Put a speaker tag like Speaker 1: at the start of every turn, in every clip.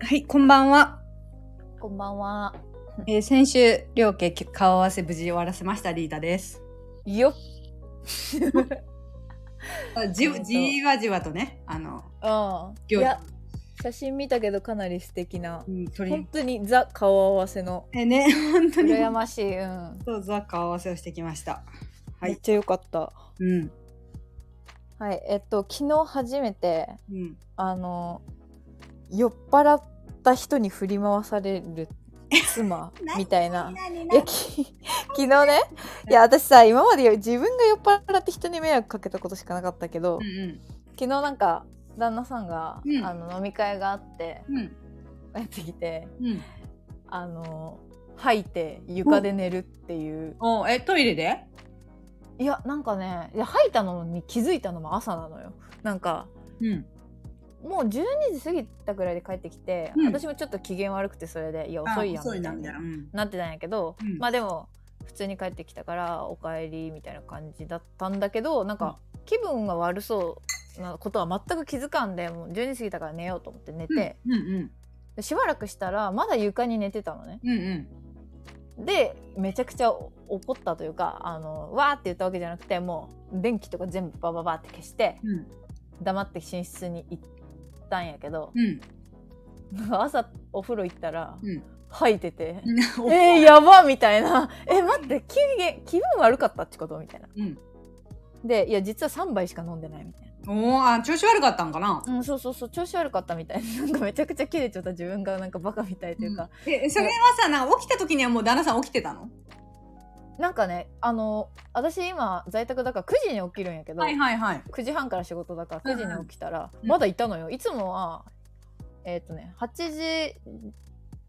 Speaker 1: はい、こんばんは。
Speaker 2: こんばんは。
Speaker 1: えー先週、両家顔合わせ無事終わらせましたリータです。
Speaker 2: よっ。
Speaker 1: あじ
Speaker 2: ありがとう
Speaker 1: じわじわとね、あの、
Speaker 2: うん。い
Speaker 1: 行
Speaker 2: や、写真見たけどかなり素敵な
Speaker 1: う。ん、取
Speaker 2: 本
Speaker 1: り、
Speaker 2: 当にザ顔合わせの。
Speaker 1: えーね、 本当に、
Speaker 2: 羨ましい。うん。
Speaker 1: そう、ザ顔合わせをしてきました。はい
Speaker 2: めっちゃ良かった。
Speaker 1: うん、
Speaker 2: はい。えっと、昨日初めて、
Speaker 1: うん。
Speaker 2: あの、酔っ払った人に振り回される妻
Speaker 1: 何
Speaker 2: みたい な。
Speaker 1: 何
Speaker 2: いやき 昨日ねいや私さ今まで自分が酔っ払って人に迷惑かけたことしかなかったけど、
Speaker 1: うん、
Speaker 2: 昨日なんか旦那さんが、
Speaker 1: うん
Speaker 2: あの飲み会があって
Speaker 1: うん、うん、
Speaker 2: 帰ってきて
Speaker 1: うん。
Speaker 2: あの吐いて床で寝るっていう
Speaker 1: おえ、トイレで
Speaker 2: いやなんかねいや吐いたのに気づいたのも朝なのよなんか
Speaker 1: うん、
Speaker 2: もう12時過ぎたぐらいで帰ってきて、
Speaker 1: うん
Speaker 2: 私もちょっと機嫌悪くてそれでいや遅いやん
Speaker 1: 遅い
Speaker 2: み
Speaker 1: な、
Speaker 2: たい
Speaker 1: みたいな。
Speaker 2: な
Speaker 1: うん。
Speaker 2: なってたんやけど、
Speaker 1: うん
Speaker 2: まあでも普通に帰ってきたからお帰りみたいな感じだったんだけどなんか気分が悪そうなことは全く気づかんでもう12時過ぎたから寝ようと思って寝て、
Speaker 1: うん、うん、
Speaker 2: でしばらくしたらまだ床に寝てたのね
Speaker 1: うん、うん。
Speaker 2: でめちゃくちゃお怒ったというかあのわーって言ったわけじゃなくてもう電気とか全部バババって消して
Speaker 1: うん、
Speaker 2: 黙って寝室に行ったんやけど
Speaker 1: うん、
Speaker 2: なんか朝お風呂行ったら、
Speaker 1: うん
Speaker 2: 吐いてて
Speaker 1: う。ん。
Speaker 2: えー、やばみたいな。え、待って、気分、気分悪かったってことみたいな。
Speaker 1: うん
Speaker 2: で、いや、実は3杯しか飲んでないみたい
Speaker 1: おー、あ、調子悪かったんかな
Speaker 2: な。うん、そうそうそう、調子悪かったみたいな。なん かめちゃくちゃ切れちゃった自分がなんかバカみたいというか。
Speaker 1: え、それはさ、なんか起きた時にはもう旦那さん起きてたの
Speaker 2: なんかね、あの、私今在宅だから9時に起きるんやけど、
Speaker 1: はいはいはい。
Speaker 2: 9時半から仕事だか
Speaker 1: うんう
Speaker 2: ら
Speaker 1: ん
Speaker 2: 9時に起きたら、
Speaker 1: うん
Speaker 2: まだいたのよいつもはえっ、とね8時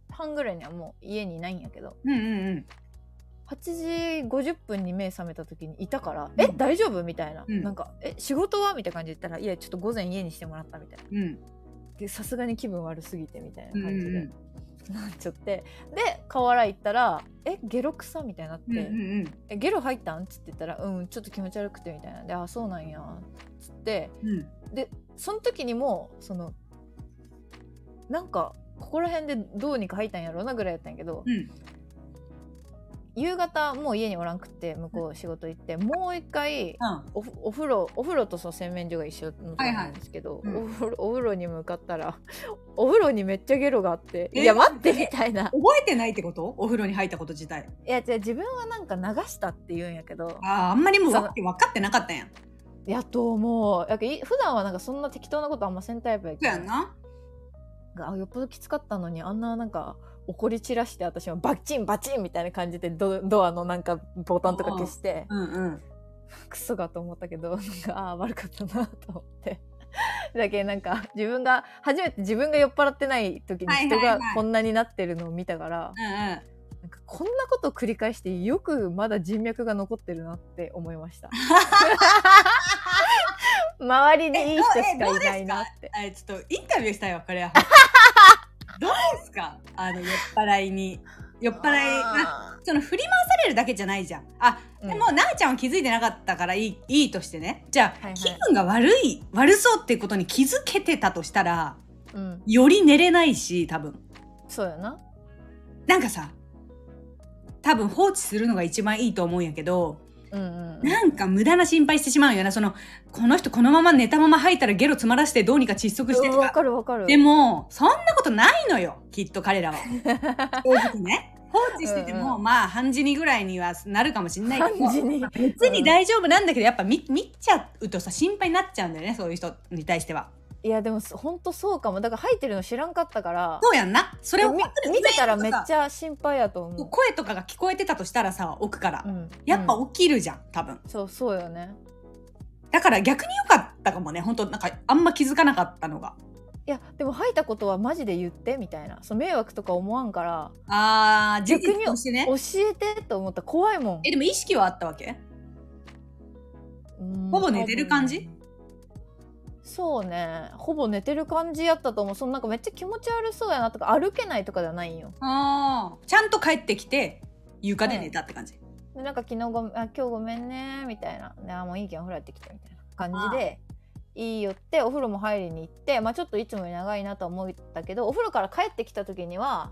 Speaker 2: 半ぐらいにはもう家にいないんやけど
Speaker 1: うんうんうん。
Speaker 2: 8時50分に目覚めた時にいたから
Speaker 1: ん
Speaker 2: 「え大丈夫?」みたいな、
Speaker 1: うん
Speaker 2: なんか「え仕事は?」みたいな感じで言ったら「いやちょっと午前家にしてもらった」みたいな
Speaker 1: うん。
Speaker 2: でさすがに気分悪すぎてみたいな
Speaker 1: うんう
Speaker 2: 感じで
Speaker 1: ん
Speaker 2: なっちゃってで河原行ったら「えゲロ臭」みたいになって「
Speaker 1: うん。うんうん
Speaker 2: えゲロ入ったん?」っつって言ったら「うんちょっと気持ち悪くて」みたいなで「あそうなんや」っつって
Speaker 1: うん。
Speaker 2: でその時にもそのなんかここら辺でどうにか入ったんやろうなぐらいやったんやけど、
Speaker 1: うん。
Speaker 2: 夕方もう家におらんくって向こう仕事行ってもう一回
Speaker 1: うん。
Speaker 2: おふお風呂お風呂とその洗面所が一緒のとこなんですけど、
Speaker 1: はいはいうん
Speaker 2: お風呂お風呂に向かったら お風呂にめっちゃゲロがあって「
Speaker 1: え
Speaker 2: いや待って」
Speaker 1: なんで
Speaker 2: みたいな
Speaker 1: 覚えてないってことお風呂に入ったこと自体。
Speaker 2: いやじゃあ自分はなんか流したって言うんやけど
Speaker 1: ああ、あんまりもう
Speaker 2: そ
Speaker 1: わ
Speaker 2: う
Speaker 1: け分かってなかったんやん。そ
Speaker 2: いやと思うやけい普段はなんかそんな適当なことあんませんタイプや
Speaker 1: う
Speaker 2: け
Speaker 1: やんな。
Speaker 2: どあよっぽどきつかったのにあんななんか怒り散らして私はバッチンバチンみたいな感じでドドアのなんかボタンとか消して。
Speaker 1: うんうん。
Speaker 2: クソがと思ったけどなんかああ悪かったなと思って だけどなんか自分が初めて自分が酔っ払ってない時に
Speaker 1: はいは
Speaker 2: 人
Speaker 1: いはい
Speaker 2: がこんなになってるのを見たから、
Speaker 1: うん
Speaker 2: なんかこんなことを繰り返してよくまだ人脈が残ってるなって思い ました周りでいい人しかいないなって
Speaker 1: うん。え、ちょっとインタビューしたいわ、こ れは。どうですかあの、酔っ払いに。酔っ払い、あ
Speaker 2: あ
Speaker 1: その振り回されるだけじゃないじゃん。あ、
Speaker 2: ー
Speaker 1: でも、なあちゃんは気づいてなかったからいい、いいとしてね。じゃあ、
Speaker 2: はいはい
Speaker 1: 気分が悪い、悪そうってことに気づけてたとしたら、
Speaker 2: うん、うん
Speaker 1: より寝れないし、多分。
Speaker 2: そうやな
Speaker 1: なんかさ多分放置するのが一番いいと思うんやけど
Speaker 2: うんうんうん
Speaker 1: なんか無駄な心配してしまうんよなそのこの人このまま寝たまま吐いたらゲロ詰まらせてどうにか窒息して
Speaker 2: う
Speaker 1: と
Speaker 2: んわ
Speaker 1: か
Speaker 2: かるわかる
Speaker 1: でもそんなことないのよきっと彼ら は正直ね放置してても、
Speaker 2: うんう
Speaker 1: まあ半死にぐらいにはなるかもしんないけど
Speaker 2: 感じに
Speaker 1: 別に大丈夫なんだけどやっぱ見見ちゃうとさ心配になっちゃうんだよねそういう人に対してはい
Speaker 2: やでも本当そうかもだから入ってるの知らんかったから
Speaker 1: そうやんなそれを
Speaker 2: み
Speaker 1: 本当に
Speaker 2: 見てたらめっち
Speaker 1: ゃ
Speaker 2: ゃ心配やと思う。
Speaker 1: 声とかが聞こえてたとしたらさ奥から、
Speaker 2: うん
Speaker 1: やっぱ
Speaker 2: うん
Speaker 1: 起きるじゃん多分
Speaker 2: そうそうよね。
Speaker 1: だから逆に良かったかもね本当なんかあんま気づかなかったのが
Speaker 2: いやでも吐いたことはマジで言ってみたいなそう迷惑とか思わんから
Speaker 1: あー
Speaker 2: 逆に
Speaker 1: としてね
Speaker 2: 教えてと思ったら怖いもん
Speaker 1: えでも意識はあったわけ
Speaker 2: うん
Speaker 1: ほぼ寝てる感じ
Speaker 2: 多分そうねほぼ寝てる感じやったと思うそのなんかめっちゃ気持ち悪そうやなとか歩けないとかじゃないんよ
Speaker 1: あーちゃんと帰ってきて床で寝たって感じ、
Speaker 2: でなんか昨日ごめんあ今日ごめんねみたいなであもういいけんお風呂やってきてみたいな感じでいいよってお風呂も入りに行って、まあ、ちょっといつもより長いなとは思ったけどお風呂から帰ってきた時には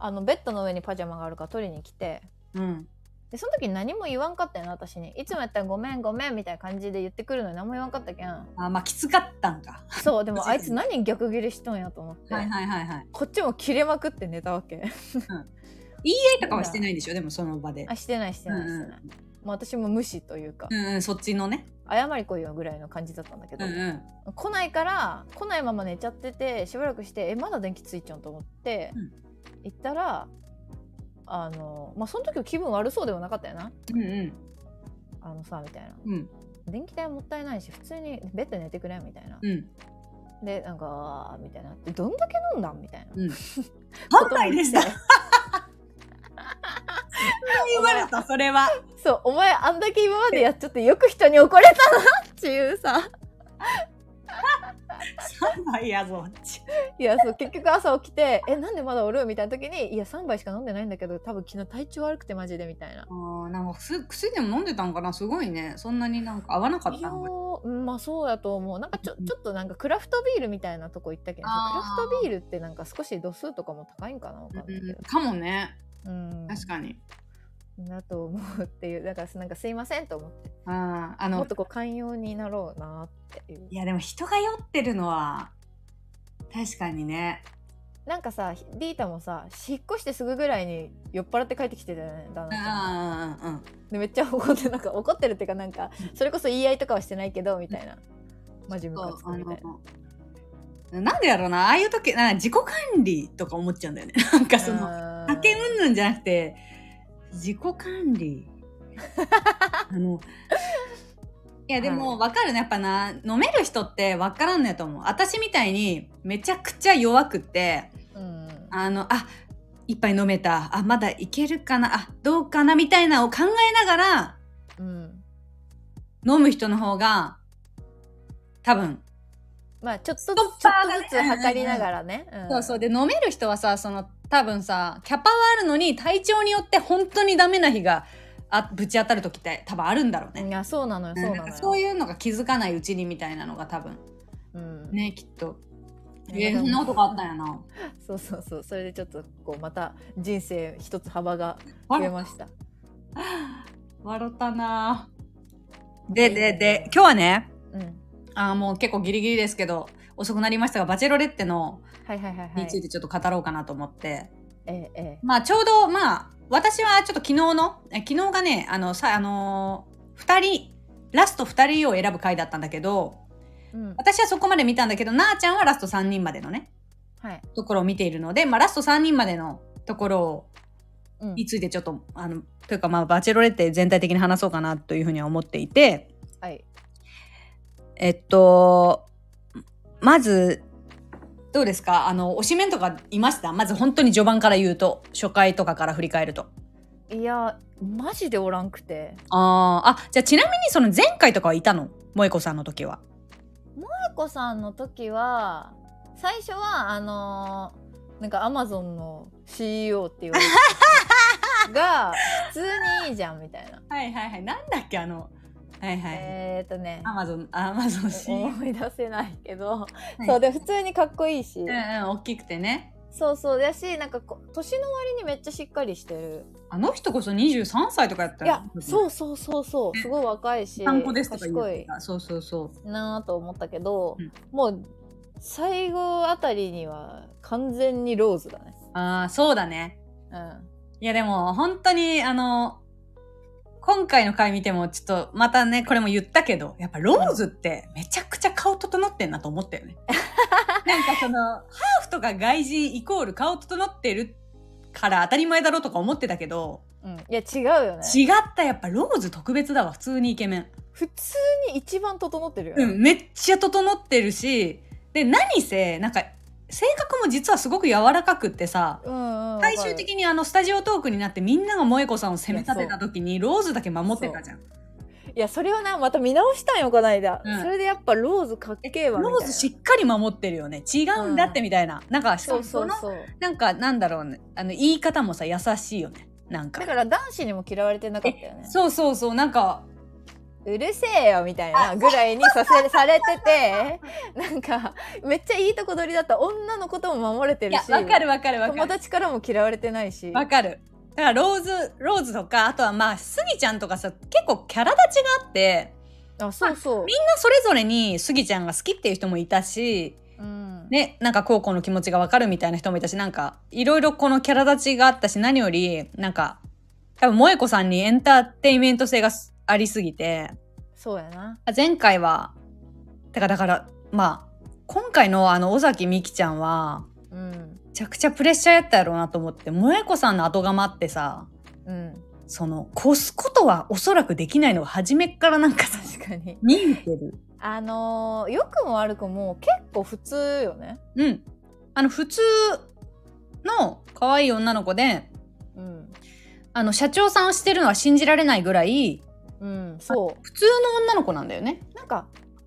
Speaker 2: あのベッドの上にパジャマがあるから取りに来て
Speaker 1: うん。
Speaker 2: でその時何も言わんかったよな私にいつもやったら「ごめんごめん」みたいな感じで言ってくるのに何も言わんかったけ ん
Speaker 1: あ、まあ、きつかったんか。
Speaker 2: そうでも
Speaker 1: 確か
Speaker 2: あ
Speaker 1: に
Speaker 2: いつ何逆ギレしとんやと思って、
Speaker 1: はいはいはいはい。
Speaker 2: こっちも切れまくって寝たわ け
Speaker 1: 手とかはしてないんでしょ、でもその場で。
Speaker 2: あしてないしてないしてない、もう私も無視というか
Speaker 1: うんうん、そっちのね。
Speaker 2: 謝り来いよぐらいの感じだったんだけ
Speaker 1: う
Speaker 2: ど、
Speaker 1: んうん。
Speaker 2: 来ないから来ないまま寝ちゃっててしばらくしてえまだ電気ついちゃうんと思って、
Speaker 1: うん
Speaker 2: 行ったらあのまあその時は気分悪そうではなかったよな
Speaker 1: うんうん。
Speaker 2: あのさみたいな
Speaker 1: うん
Speaker 2: 電気代もったいないし普通にベッドで寝てくれみたいな、
Speaker 1: うん。
Speaker 2: でなんかあーみたいなでどんだけ飲んだんみたいな、
Speaker 1: うん反対でした。
Speaker 2: ことを言って
Speaker 1: 言われた、それは。
Speaker 2: そうお前あんだけ今までやっちゃってよく人に怒れたなっていうさ
Speaker 1: 3杯やぞ。
Speaker 2: いやそう結局朝起きて「えなんでまだおる?」みたいな時に「いや3杯しか飲んでないんだけど多分昨日体調悪くてマジで」みたいな
Speaker 1: あーなんかす薬でも飲んでたんかなすごいねそんなになんか合わなかっ
Speaker 2: い
Speaker 1: た
Speaker 2: や
Speaker 1: のか
Speaker 2: ーうんまあそうやと思うなんかちょ
Speaker 1: うん
Speaker 2: ちょっとなんかクラフトビールみたいなとこ行ったけどクラ
Speaker 1: あー
Speaker 2: フトビールってなんか少し度数とかも高いんかなわかんないけ
Speaker 1: うん
Speaker 2: ど、
Speaker 1: かもね
Speaker 2: うん、
Speaker 1: 確かに
Speaker 2: だと思うっていうだからなんかすいませんと思って
Speaker 1: あーあ
Speaker 2: も
Speaker 1: の
Speaker 2: っとこう寛容になろうなっていう
Speaker 1: いやでも人が酔ってるのは確かにね
Speaker 2: なんかさディータもさ引っ越してすぐぐらいに酔っ払って帰ってきてたよね旦那さん
Speaker 1: ああうんうん
Speaker 2: でめっちゃ怒ってなんか怒ってるっていうかなんかそれこそ言い合いとかはしてないけどみたいなマジムカつ
Speaker 1: そう
Speaker 2: く
Speaker 1: あ
Speaker 2: みたいな。
Speaker 1: のなんでやろうなああいう時なんか自己管理とか思っちゃうんだよね なんかその
Speaker 2: の
Speaker 1: 酒うんぬんじゃなくて自己管 理あのいやでも分かるねやっぱな飲める人って分からんねと思う私みたいにめちゃくちゃ弱くって
Speaker 2: うん
Speaker 1: あのあ一杯飲めたあまだいけるかなあどうかなみたいなのを考えながら
Speaker 2: うん
Speaker 1: 飲む人の方が多分
Speaker 2: まあちょっとず
Speaker 1: トッ
Speaker 2: ち
Speaker 1: パー
Speaker 2: ょ
Speaker 1: がね
Speaker 2: っとずつ測りながらね。ん
Speaker 1: そうそうで飲める人はさその多分さキャパはあるのに体調によって本当にダメな日があぶち当たる時って多分あるんだろうね
Speaker 2: い。やそうなのよそう
Speaker 1: なん
Speaker 2: なの
Speaker 1: か
Speaker 2: よ。
Speaker 1: そういうのが気づかないうちにみたいなのが多分
Speaker 2: うん
Speaker 1: ねきっと。
Speaker 2: いや
Speaker 1: えそんなことがあったんやな。
Speaker 2: そうそうそうそれでちょっとこうまた人生一つ幅が増え
Speaker 1: 笑
Speaker 2: ました。
Speaker 1: 笑ったな。で
Speaker 2: で
Speaker 1: で
Speaker 2: でで
Speaker 1: で今日はね
Speaker 2: うん
Speaker 1: あーもう結構ギリギリですけど遅くなりましたが「バチェロレッテの」
Speaker 2: はいはいはいは
Speaker 1: に
Speaker 2: い
Speaker 1: つ。いてちょっと語ろうかなと思って、
Speaker 2: えええ
Speaker 1: まあちょうどまあ私はちょっと昨日のえ昨日がねあのさあのー、2人ラスト2人を選ぶ回だったんだけど
Speaker 2: え。うん
Speaker 1: 私はそこまで見たんだけどなあちゃんはラスト3人までのね
Speaker 2: はい。
Speaker 1: ところを見ているので、まあ、ラスト3人までのところを
Speaker 2: うん
Speaker 1: についてちょっとあのというかまあバチェロレって全体的に話そうかなというふうには思っていて
Speaker 2: はい。
Speaker 1: えっとまずどうですかあの推しメンとかいましたまず本当に序盤から言うと初回とかから振り返ると
Speaker 2: いやマジでおらんくて。
Speaker 1: あーあじゃあちなみにその前回とかはいたの萌子さんの時は
Speaker 2: あやこさんの時は最初はあのーなんかアマゾンの CEO って言われてたが普通にいいじゃんみたいな。
Speaker 1: はいはいはいなんだっけあのはいは
Speaker 2: えっ、ー、とね。
Speaker 1: アマゾンアマゾン C うんうん
Speaker 2: 思い出せないけど、
Speaker 1: い
Speaker 2: そうで普通にかっこいいし、
Speaker 1: 大きくてね
Speaker 2: そうそうだしなんかこ年の割にめっちゃしっかりしてる
Speaker 1: あの人こそ23歳とかやった
Speaker 2: いやそううそうそうそうすごい若いし
Speaker 1: 単語ですとか言
Speaker 2: 賢
Speaker 1: う
Speaker 2: い
Speaker 1: てたそうそうそう
Speaker 2: なぁと思ったけど、
Speaker 1: うん
Speaker 2: もう最後あたりには完全にローズだね
Speaker 1: ああそうだね
Speaker 2: うん
Speaker 1: いやでも本当にあの今回の回見てもちょっとまたねこれも言ったけどやっぱローズってめちゃくちゃ顔整ってんなと思ったよ ね。なんかそのハーフとか外人イコール顔整ってるから当たり前だろうとか思ってたけど
Speaker 2: うん、いや違うよね
Speaker 1: 違ったやっぱローズ特別だわ普通にイケメン。
Speaker 2: 普通に一番整ってるよね、
Speaker 1: うんめっちゃ整ってるしで何せなんか性格も実はすごく柔らかくってさ
Speaker 2: うんうん
Speaker 1: 最終
Speaker 2: に
Speaker 1: 的にあのスタジオトークになってみんなが萌子さんを責め立てた時にローズだけ守ってたじゃん。
Speaker 2: いやそれをなまた見直したんよこないだ、
Speaker 1: うん
Speaker 2: それでやっぱローズかっけえわみたい
Speaker 1: ロ
Speaker 2: な
Speaker 1: ーズしっかり守ってるよね違うんだってみたいな、なんかしか
Speaker 2: そ
Speaker 1: も
Speaker 2: うそ
Speaker 1: そうの
Speaker 2: そう
Speaker 1: なんかなんだろうねあの言い方もさ優しいよねなんか
Speaker 2: だから男子にも嫌われてなかったよね
Speaker 1: そうそうそうなんか
Speaker 2: うるせえよみたいなぐらいにさせされて てなんかめっちゃいいとこ取りだった女のことも守れて
Speaker 1: い
Speaker 2: る
Speaker 1: や
Speaker 2: し
Speaker 1: わかるわかるわか
Speaker 2: 友
Speaker 1: る
Speaker 2: 達からも嫌われてないし
Speaker 1: わかるだからローズローズとかあとはまあスギちゃんとかさ結構キャラ立ちがあって
Speaker 2: あそうそう
Speaker 1: み、んなそれぞれにスギちゃんが好きっていう人もいたし
Speaker 2: うん、
Speaker 1: ねなんか高校の気持ちがわかるみたいな人もいたしなんかいろいろこのキャラ立ちがあったし何よりなんか多分萌子さんにエンターテインメント性がありすぎて
Speaker 2: そうやな
Speaker 1: 前回はだからだからまあ今回のあの尾崎美紀ちゃんは
Speaker 2: うん
Speaker 1: めちゃくちゃプレッシャーやったやろうなと思って萌子さんの後釜ってさ
Speaker 2: うん
Speaker 1: その越すことはおそらくできないのが初めっからなんかさ
Speaker 2: 確かに
Speaker 1: 見えてる
Speaker 2: あのー良くも悪くも結構普通よね
Speaker 1: うんあの普通の可愛い女の子で
Speaker 2: うん
Speaker 1: あの社長さんをしてるのは信じられないぐらい
Speaker 2: うんそ
Speaker 1: 普通の女の子なんだよね
Speaker 2: うなんか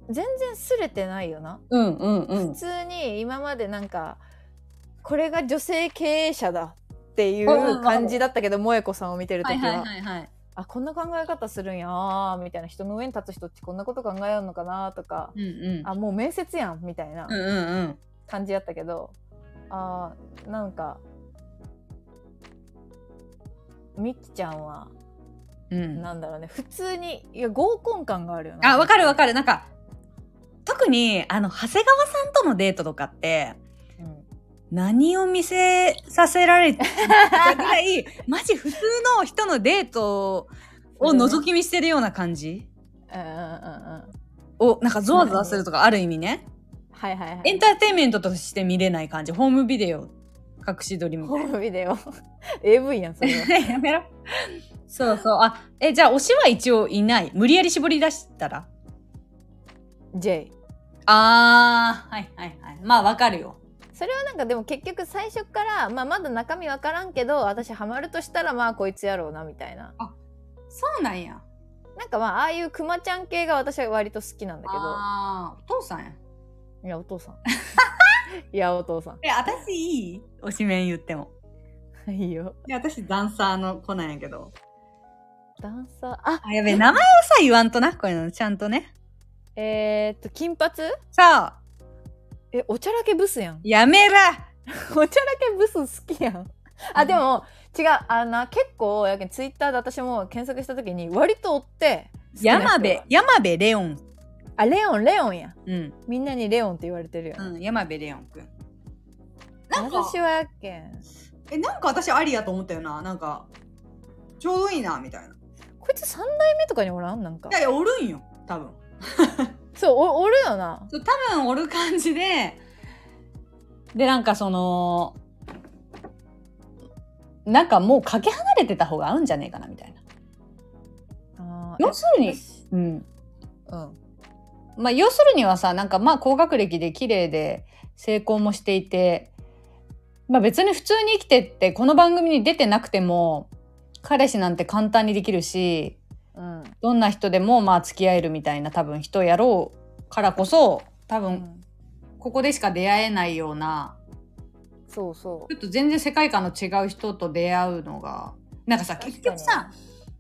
Speaker 2: 全然すれてないよな
Speaker 1: うんうんう
Speaker 2: 普通に今までなんかこれが女性経営者だっていう感じだったけど萌子さんを見てる
Speaker 1: は
Speaker 2: 時
Speaker 1: いは
Speaker 2: は,、
Speaker 1: いはいはい
Speaker 2: あこんな考え方するんやあーみたいな人の上に立つ人ってこんなこと考えようのかなとか、
Speaker 1: うんうん
Speaker 2: あもう面接やんみたいな
Speaker 1: うんうんうん
Speaker 2: 感じやったけど、あーなんかみきちゃんは
Speaker 1: うん
Speaker 2: なんだろうね普通にいや合コン感があるよな
Speaker 1: あ、わかるわ
Speaker 2: る、
Speaker 1: かる。なんか、特に、あの、長谷川さんとのデートとかって、
Speaker 2: うん
Speaker 1: 何を見せさせられたぐら い、マジ普通の人のデートを覗き見してるような感じ
Speaker 2: うんうんうんうん
Speaker 1: を、なんかゾワゾワするとか、ある意味ね。
Speaker 2: はいはいはい
Speaker 1: エンターテインメントとして見れない感じ。ホームビデオ、隠し撮りみた
Speaker 2: ホ
Speaker 1: い
Speaker 2: ームビデオ AV やんそれは
Speaker 1: な。 やめろ。そうそう。あ、え、じゃあ推しは一応いない。無理やり絞り出したら
Speaker 2: J
Speaker 1: あー、はいはいはい。まあわかるよ。
Speaker 2: それはなんかでも結局最初から、まあ、まだ中身わからんけど私ハマるとしたらまあこいつやろうなみたいな
Speaker 1: そうなんや。
Speaker 2: なんかまあああいうクマちゃん系が私は割と好きなんだけど
Speaker 1: ああ、お父さんや。
Speaker 2: いやお父さん いやお父さ
Speaker 1: え、私いい推しメン言っても。
Speaker 2: んいいよ
Speaker 1: で、私ダンサーの子なんやけど。
Speaker 2: ダンサーあ
Speaker 1: あ、やべえ、名前をさ、言わんとな、こういうの、ちゃんとね。
Speaker 2: えー、っと金髪
Speaker 1: さあ、
Speaker 2: えおちゃらけブスやん
Speaker 1: やめら
Speaker 2: おちゃらけブス好きやんあでも違うあの結構やけんツイッターで私も検索した時に割と追って好きな人が
Speaker 1: 山部、山部レオン。
Speaker 2: あレオンレオンや
Speaker 1: うん。
Speaker 2: みんなにレオンって言われてるよ、
Speaker 1: うん、山部レオンくん。なんか
Speaker 2: 私はやっけん
Speaker 1: え、なんか私ありやと思ったよな。なんか、ちょうどいいな、みたいな。い
Speaker 2: こいつ3代目とかにおらんなんか
Speaker 1: やいや、おるんよ、多分。
Speaker 2: そうおおるよな
Speaker 1: そう多分おる感じででなんかそのなんかもうかけ離れてた方が合うんじゃねえかなみたいな
Speaker 2: あー
Speaker 1: 要する
Speaker 2: え
Speaker 1: に、うん
Speaker 2: うん
Speaker 1: まあ、要するにはさなんかまあ高学歴で綺麗で成功もしていて、まあ、別に普通に生きてってこの番組に出てなくても彼氏なんて簡単にできるし
Speaker 2: うん
Speaker 1: どんな人でもまあ付き合えるみたいな多分人やろうからこそ多
Speaker 2: う
Speaker 1: 分
Speaker 2: ん
Speaker 1: ここでしか出会えないような
Speaker 2: そうそ
Speaker 1: ちょっと全然世界観の違う人と出会うのがなんかさ
Speaker 2: 確かに
Speaker 1: 結局さ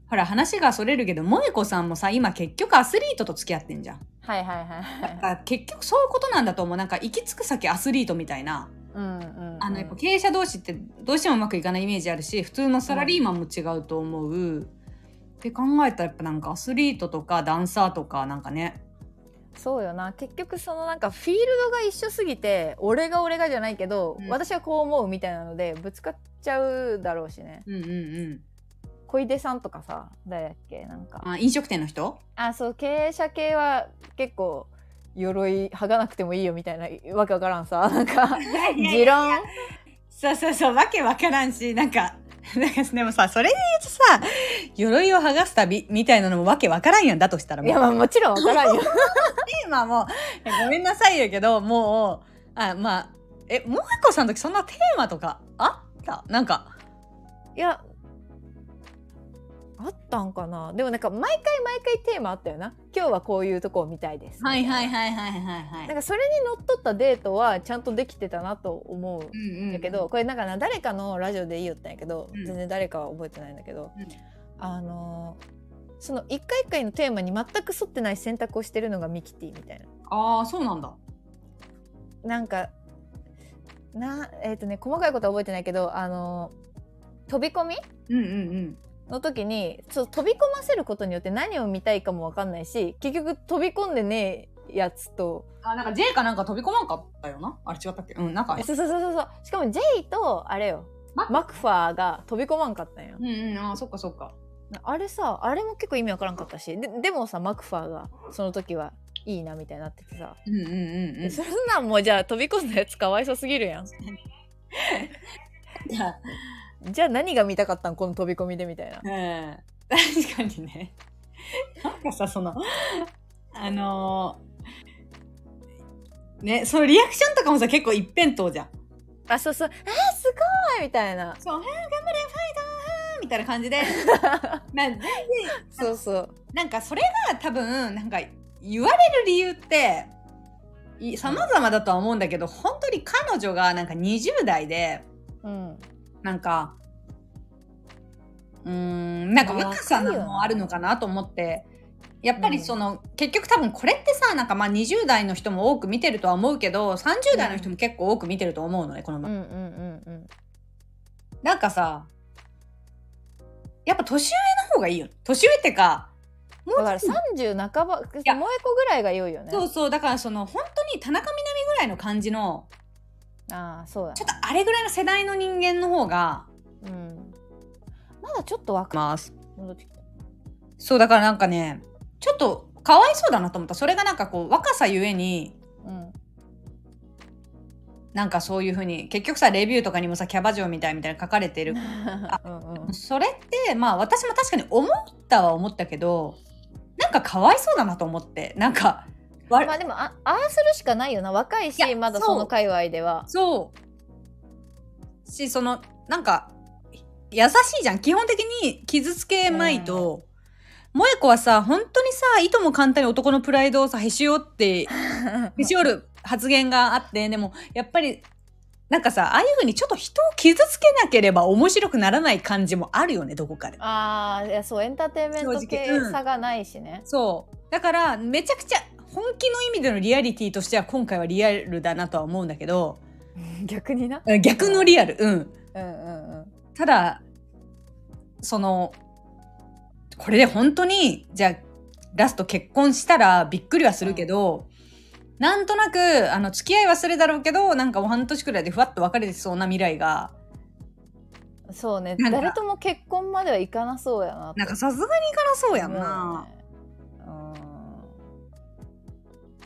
Speaker 1: ほら話がそれるけど萌子さんもさ今結局アスリートと付き合ってんじゃん
Speaker 2: うはいはいはいはい
Speaker 1: だから結局そういうことなんだと思うなんか行き着く先アスリートみたいな
Speaker 2: うんうんうん
Speaker 1: あのやっぱ経営者同士ってどうしてもうまくいかないイメージあるし普通のサラリーマンも違うと思う、って考えたらやっぱなんかアスリートとかダンサーとかなんかね
Speaker 2: そうよな結局そのなんかフィールドが一緒すぎて俺が俺がじゃないけど、
Speaker 1: うん
Speaker 2: 私はこう思うみたいなのでぶつかっちゃうだろうしね
Speaker 1: うんうんうん
Speaker 2: 小出さんとかさ誰だっけなんか
Speaker 1: あ飲食店の人
Speaker 2: あそう経営者系は結構鎧剥がなくてもいいよみたいなわけわからんさなんか持論
Speaker 1: そうそうそう、わけわからんし、なんか、 なんかでもさ、それで言うとさ、鎧を剥がす旅みたいなのもわけわからんやんだとしたら
Speaker 2: い
Speaker 1: もう、
Speaker 2: やまあもちろんわから んよ
Speaker 1: テーマも、いやごめんなさいやけど、もう、あ、まあ、え、もえこさんの時そんなテーマとかあったなんか、
Speaker 2: いやあったんかなでもなんか毎回毎回テーマあったよな今日はこういうとこを見たいです
Speaker 1: はいはいはい
Speaker 2: なん
Speaker 1: い。
Speaker 2: かそれにのっとったデートはちゃんとできてたなと思う
Speaker 1: うんうん
Speaker 2: だけど、、これなんかな誰かのラジオで言いよったんやけど、
Speaker 1: うん
Speaker 2: 全然誰かは覚えてないんだけど、
Speaker 1: うん
Speaker 2: あのーその一回一回のテーマに全く沿ってない選択をしてるのがミキティみたいな。
Speaker 1: ああ、そうなんだ。
Speaker 2: なんかなえっ、とね細かいことは覚えてないけどあの飛び込み
Speaker 1: うんうん
Speaker 2: の時にちょっと飛び込ませることによって何を見たいかも分かんないし結局飛び込んでねえやつと
Speaker 1: うん。あ、なんか J かなんか飛び込まんかったよな。あれ違ったっけうん、なんか。
Speaker 2: そうそうそうそうそうしかも J とあれよ
Speaker 1: マ
Speaker 2: マクファーが飛び込まんかったんよ
Speaker 1: う。んうん、ああ、そっかそっか。
Speaker 2: あれさあれも結構意味わからんかったしででもさマクファーがその時はいいなみたいになっててさ、
Speaker 1: うんうんうんうん。
Speaker 2: そんなんもうじゃあ飛び込んだやつかわいそうすぎるやん
Speaker 1: いや、
Speaker 2: じゃあ何が見たかったんこの飛び込みでみたいな
Speaker 1: うん。確かにね。なんかさ、その、あのーね、そのリアクションとかもさ、結構一辺倒じゃん。
Speaker 2: あそうそうえー、すごいみたいな
Speaker 1: そう、はあ、頑張れ、ファイトはあみたいな感じで。なで
Speaker 2: そうそう
Speaker 1: なんかそれが多分なんか言われる理由ってさまざまだとは思うんだけど本当に彼女がなんか20代で
Speaker 2: うん
Speaker 1: なんかうーんなんか
Speaker 2: まあ
Speaker 1: 若さな
Speaker 2: 若い
Speaker 1: の
Speaker 2: よ
Speaker 1: も
Speaker 2: な
Speaker 1: あるのかなと思ってやっぱりその、結局多分これってさなんかまあ20代の人も多く見てるとは思うけど30代の人も結構多く見てると思うのねこの
Speaker 2: うんう
Speaker 1: ま
Speaker 2: んうん
Speaker 1: なんかさやっぱ年上の方がいいよ年上ってかも
Speaker 2: うん
Speaker 1: う
Speaker 2: だから
Speaker 1: ちょっと
Speaker 2: 30半ば萌え
Speaker 1: や
Speaker 2: 子ぐらいが良いよね
Speaker 1: そうそうだからその本当に田中みな実ぐらいの感じの
Speaker 2: ああそうだ
Speaker 1: ちょっとあれぐらいの世代の人間の方が
Speaker 2: うんまだちょっと若い
Speaker 1: ます
Speaker 2: 戻ってきた
Speaker 1: そうだからなんかねちょっとかわいそうだなと思ったそれがなんかこう若さゆえに
Speaker 2: うん
Speaker 1: なんかそういうふうに結局さレビューとかにもさキャバ嬢みたいみたいな書かれてる
Speaker 2: うんうん
Speaker 1: それってまあ私も確かに思ったは思ったけどなんかかわいそうだなと思ってなんかわ
Speaker 2: まあでもあああするしかないよな若いし
Speaker 1: いや
Speaker 2: まだ
Speaker 1: そう
Speaker 2: その界隈では
Speaker 1: そうしそのなんか優しいじゃん基本的に傷つけまいと、萌子はさ本当にさいとも簡単に男のプライドをさへし折ってへし折る発言があってでもやっぱりなんかさああいうふうにちょっと人を傷つけなければ面白くならない感じもあるよねどこかで。
Speaker 2: ああいやそうエンターテインメント
Speaker 1: 正直
Speaker 2: 系
Speaker 1: うん
Speaker 2: 差がないしね、
Speaker 1: そうだからめちゃくちゃ本気の意味でのリアリティとしては今回はリアルだなとは思うんだけど
Speaker 2: 逆にな
Speaker 1: 逆のリアルうん
Speaker 2: うんうんうん
Speaker 1: ただそのこれで本当にじゃあラスト結婚したらびっくりはするけど、なんとなくあの付き合いはするだろうけどなんかもう半年くらいでふわっと別れてそうな未来が
Speaker 2: そうね
Speaker 1: なんか
Speaker 2: 誰とも結婚まではいかなそうやなって
Speaker 1: なんかさすがにいかなそうやんな。
Speaker 2: 思うよね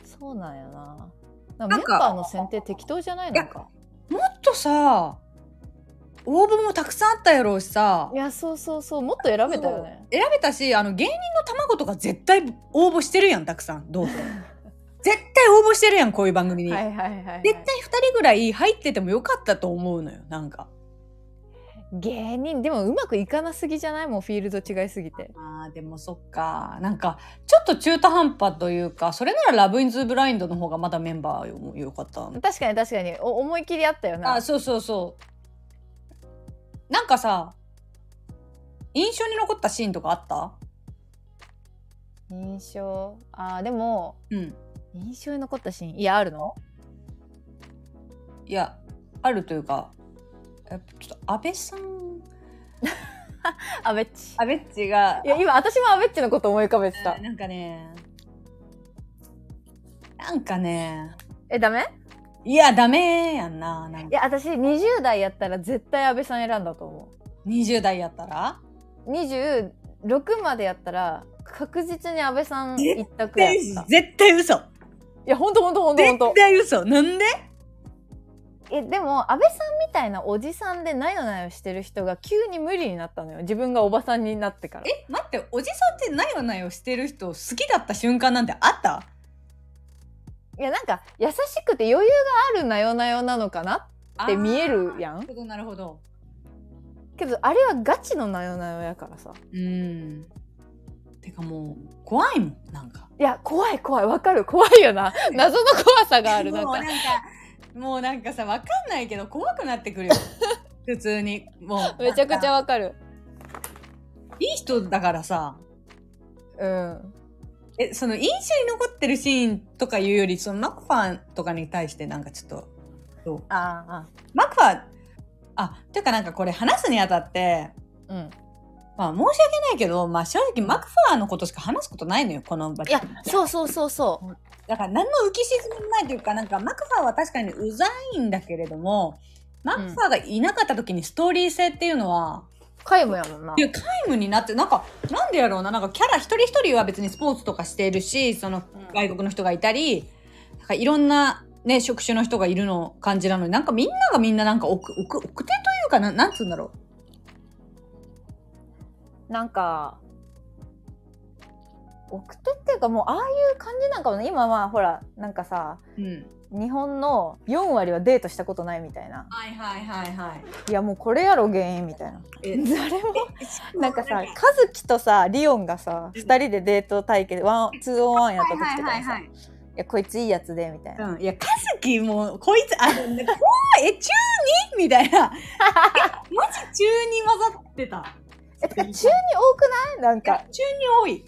Speaker 2: うんそうなんやなな
Speaker 1: な
Speaker 2: んか
Speaker 1: ん
Speaker 2: メン
Speaker 1: か
Speaker 2: バーの選定適当じゃないのか
Speaker 1: もっとさ応募もたくさんあったやろうしさ
Speaker 2: いやそうそうそうもっと選べたよね
Speaker 1: 選べたしあの芸人の卵とか絶対応募してるやんたくさんどうせ 絶対応募してるやんこういう番組に。
Speaker 2: はいはいはい、はい、
Speaker 1: 絶対2人ぐらい入っててもよかったと思うのよなんか
Speaker 2: 芸人でもうまくいかなすぎじゃないもうフィールド違いすぎて
Speaker 1: あーでもそっかなんかちょっと中途半端というかそれなら「ラブ・インズ・ブラインド」の方がまだメンバーよもよかった
Speaker 2: 確かに確かにお思い切りあったよな
Speaker 1: あそうそうそうなんかさ印象に残ったシーンとかあった
Speaker 2: 印象あーでも
Speaker 1: うん
Speaker 2: 印象に残ったシーンいやあるの
Speaker 1: いやあるというかやっぱちょっと安倍さん
Speaker 2: あべっち
Speaker 1: 安倍っちが
Speaker 2: いや今私もあべっちのこと思い浮かべてた
Speaker 1: なんかねなんかね
Speaker 2: えダメ
Speaker 1: いやダメやんななんか
Speaker 2: いや私20代やったら絶対安倍さん選んだと思
Speaker 1: 20代やったら
Speaker 2: う26までやったら確実に安倍さん一択やったい
Speaker 1: 絶対嘘
Speaker 2: やほんとほんとほんとほんと
Speaker 1: 対嘘なんで
Speaker 2: えでも安倍さんみたいなおじさんでなよなよしてる人が急に無理になったのよ自分がおばさんになってから
Speaker 1: え待っておじさんってなよなよしてる人好きだった瞬間なんてあった
Speaker 2: いやなんか優しくて余裕があるなよなよなのかなって見えるやん
Speaker 1: なるほどなるほど
Speaker 2: けどあれはガチのなよなよやからさ
Speaker 1: うんてかもう怖いもんなんか
Speaker 2: いや怖い怖いわかる怖いよな謎の怖さがあるなん
Speaker 1: もう
Speaker 2: か
Speaker 1: なんかもうなんかさわかんないけど怖くなって くるよ普通にもう
Speaker 2: めちゃくちゃ
Speaker 1: ゃ
Speaker 2: わかる
Speaker 1: いい人だからさ
Speaker 2: うん
Speaker 1: え、その印象に残ってるシーンとかいうより、そのマクファーとかに対してなんかちょっと、どう
Speaker 2: あ
Speaker 1: マクファー、あ、ていうかなんかこれ話すにあたって、
Speaker 2: あうん
Speaker 1: まあ申し訳ないけど、まあ正直マクファーのことしか話すことないのよ、この場
Speaker 2: いやそうそうそうそう
Speaker 1: だから何の浮き沈みもないというか、なんかマクファーは確かにうざいんだけれども、マクファーがいなかった時にストーリー性っていうのは、
Speaker 2: 皆無やもんな
Speaker 1: っていう皆無になって、なんか、なんでやろうな、なんかキャラ一人一人は別にスポーツとかしているし、その
Speaker 2: うん
Speaker 1: 外国の人がいたり、なんかいろんなね、職種の人がいるの感じなのに、なんかみんながみんななんか奥、奥、奥手というか、なん、なんつうんだろう。
Speaker 2: なんか奥手っていうかもうああいう感じなんかもね今はほらなんかさ
Speaker 1: うん。
Speaker 2: 日本の4割はデートしたことないみたいな
Speaker 1: はいはいはいはい。
Speaker 2: いやもうこれやろ原因みたいな
Speaker 1: え
Speaker 2: 誰もなんかさ和樹とさリオンがさ2人でデート体験でワンツーオンワンやった時とかにさ「いやこいついいやつで」みたいな
Speaker 1: うん、いや、かずきもう、こいつ、あの、ね、怖い、え、中二みたいな。 えマジ中二混ざってた。
Speaker 2: えてか中に多くないなん
Speaker 1: いや
Speaker 2: か
Speaker 1: 中二多い。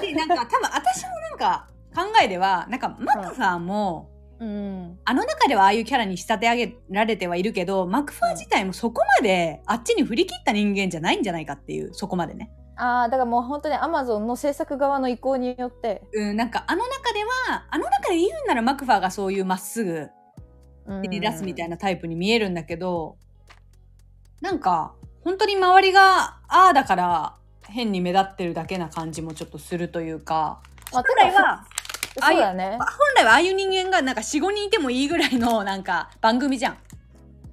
Speaker 1: で、なんか、多分私もなんか、考えでは、なんか、マクファーも、
Speaker 2: うん
Speaker 1: あの中ではああいうキャラに仕立て上げられてはいるけど、マクファー自体もそこまで、あっちに振り切った人間じゃないんじゃないかっていう、そこまでね。
Speaker 2: あーだからもう本当にアマゾンの制作側の意向によって
Speaker 1: うん、なんか、あの中では、あの中で言うならマクファーがそういうまっすぐ、
Speaker 2: うん
Speaker 1: 切り出すみたいなタイプに見えるんだけど、なんか本当に周りがああだから変に目立ってるだけな感じもちょっとするというか
Speaker 2: ま
Speaker 1: 本
Speaker 2: あ
Speaker 1: 来はああい
Speaker 2: そううだね
Speaker 1: 本来はああいう人間がなんか45人いてもいいぐらいのなんか番組じゃん。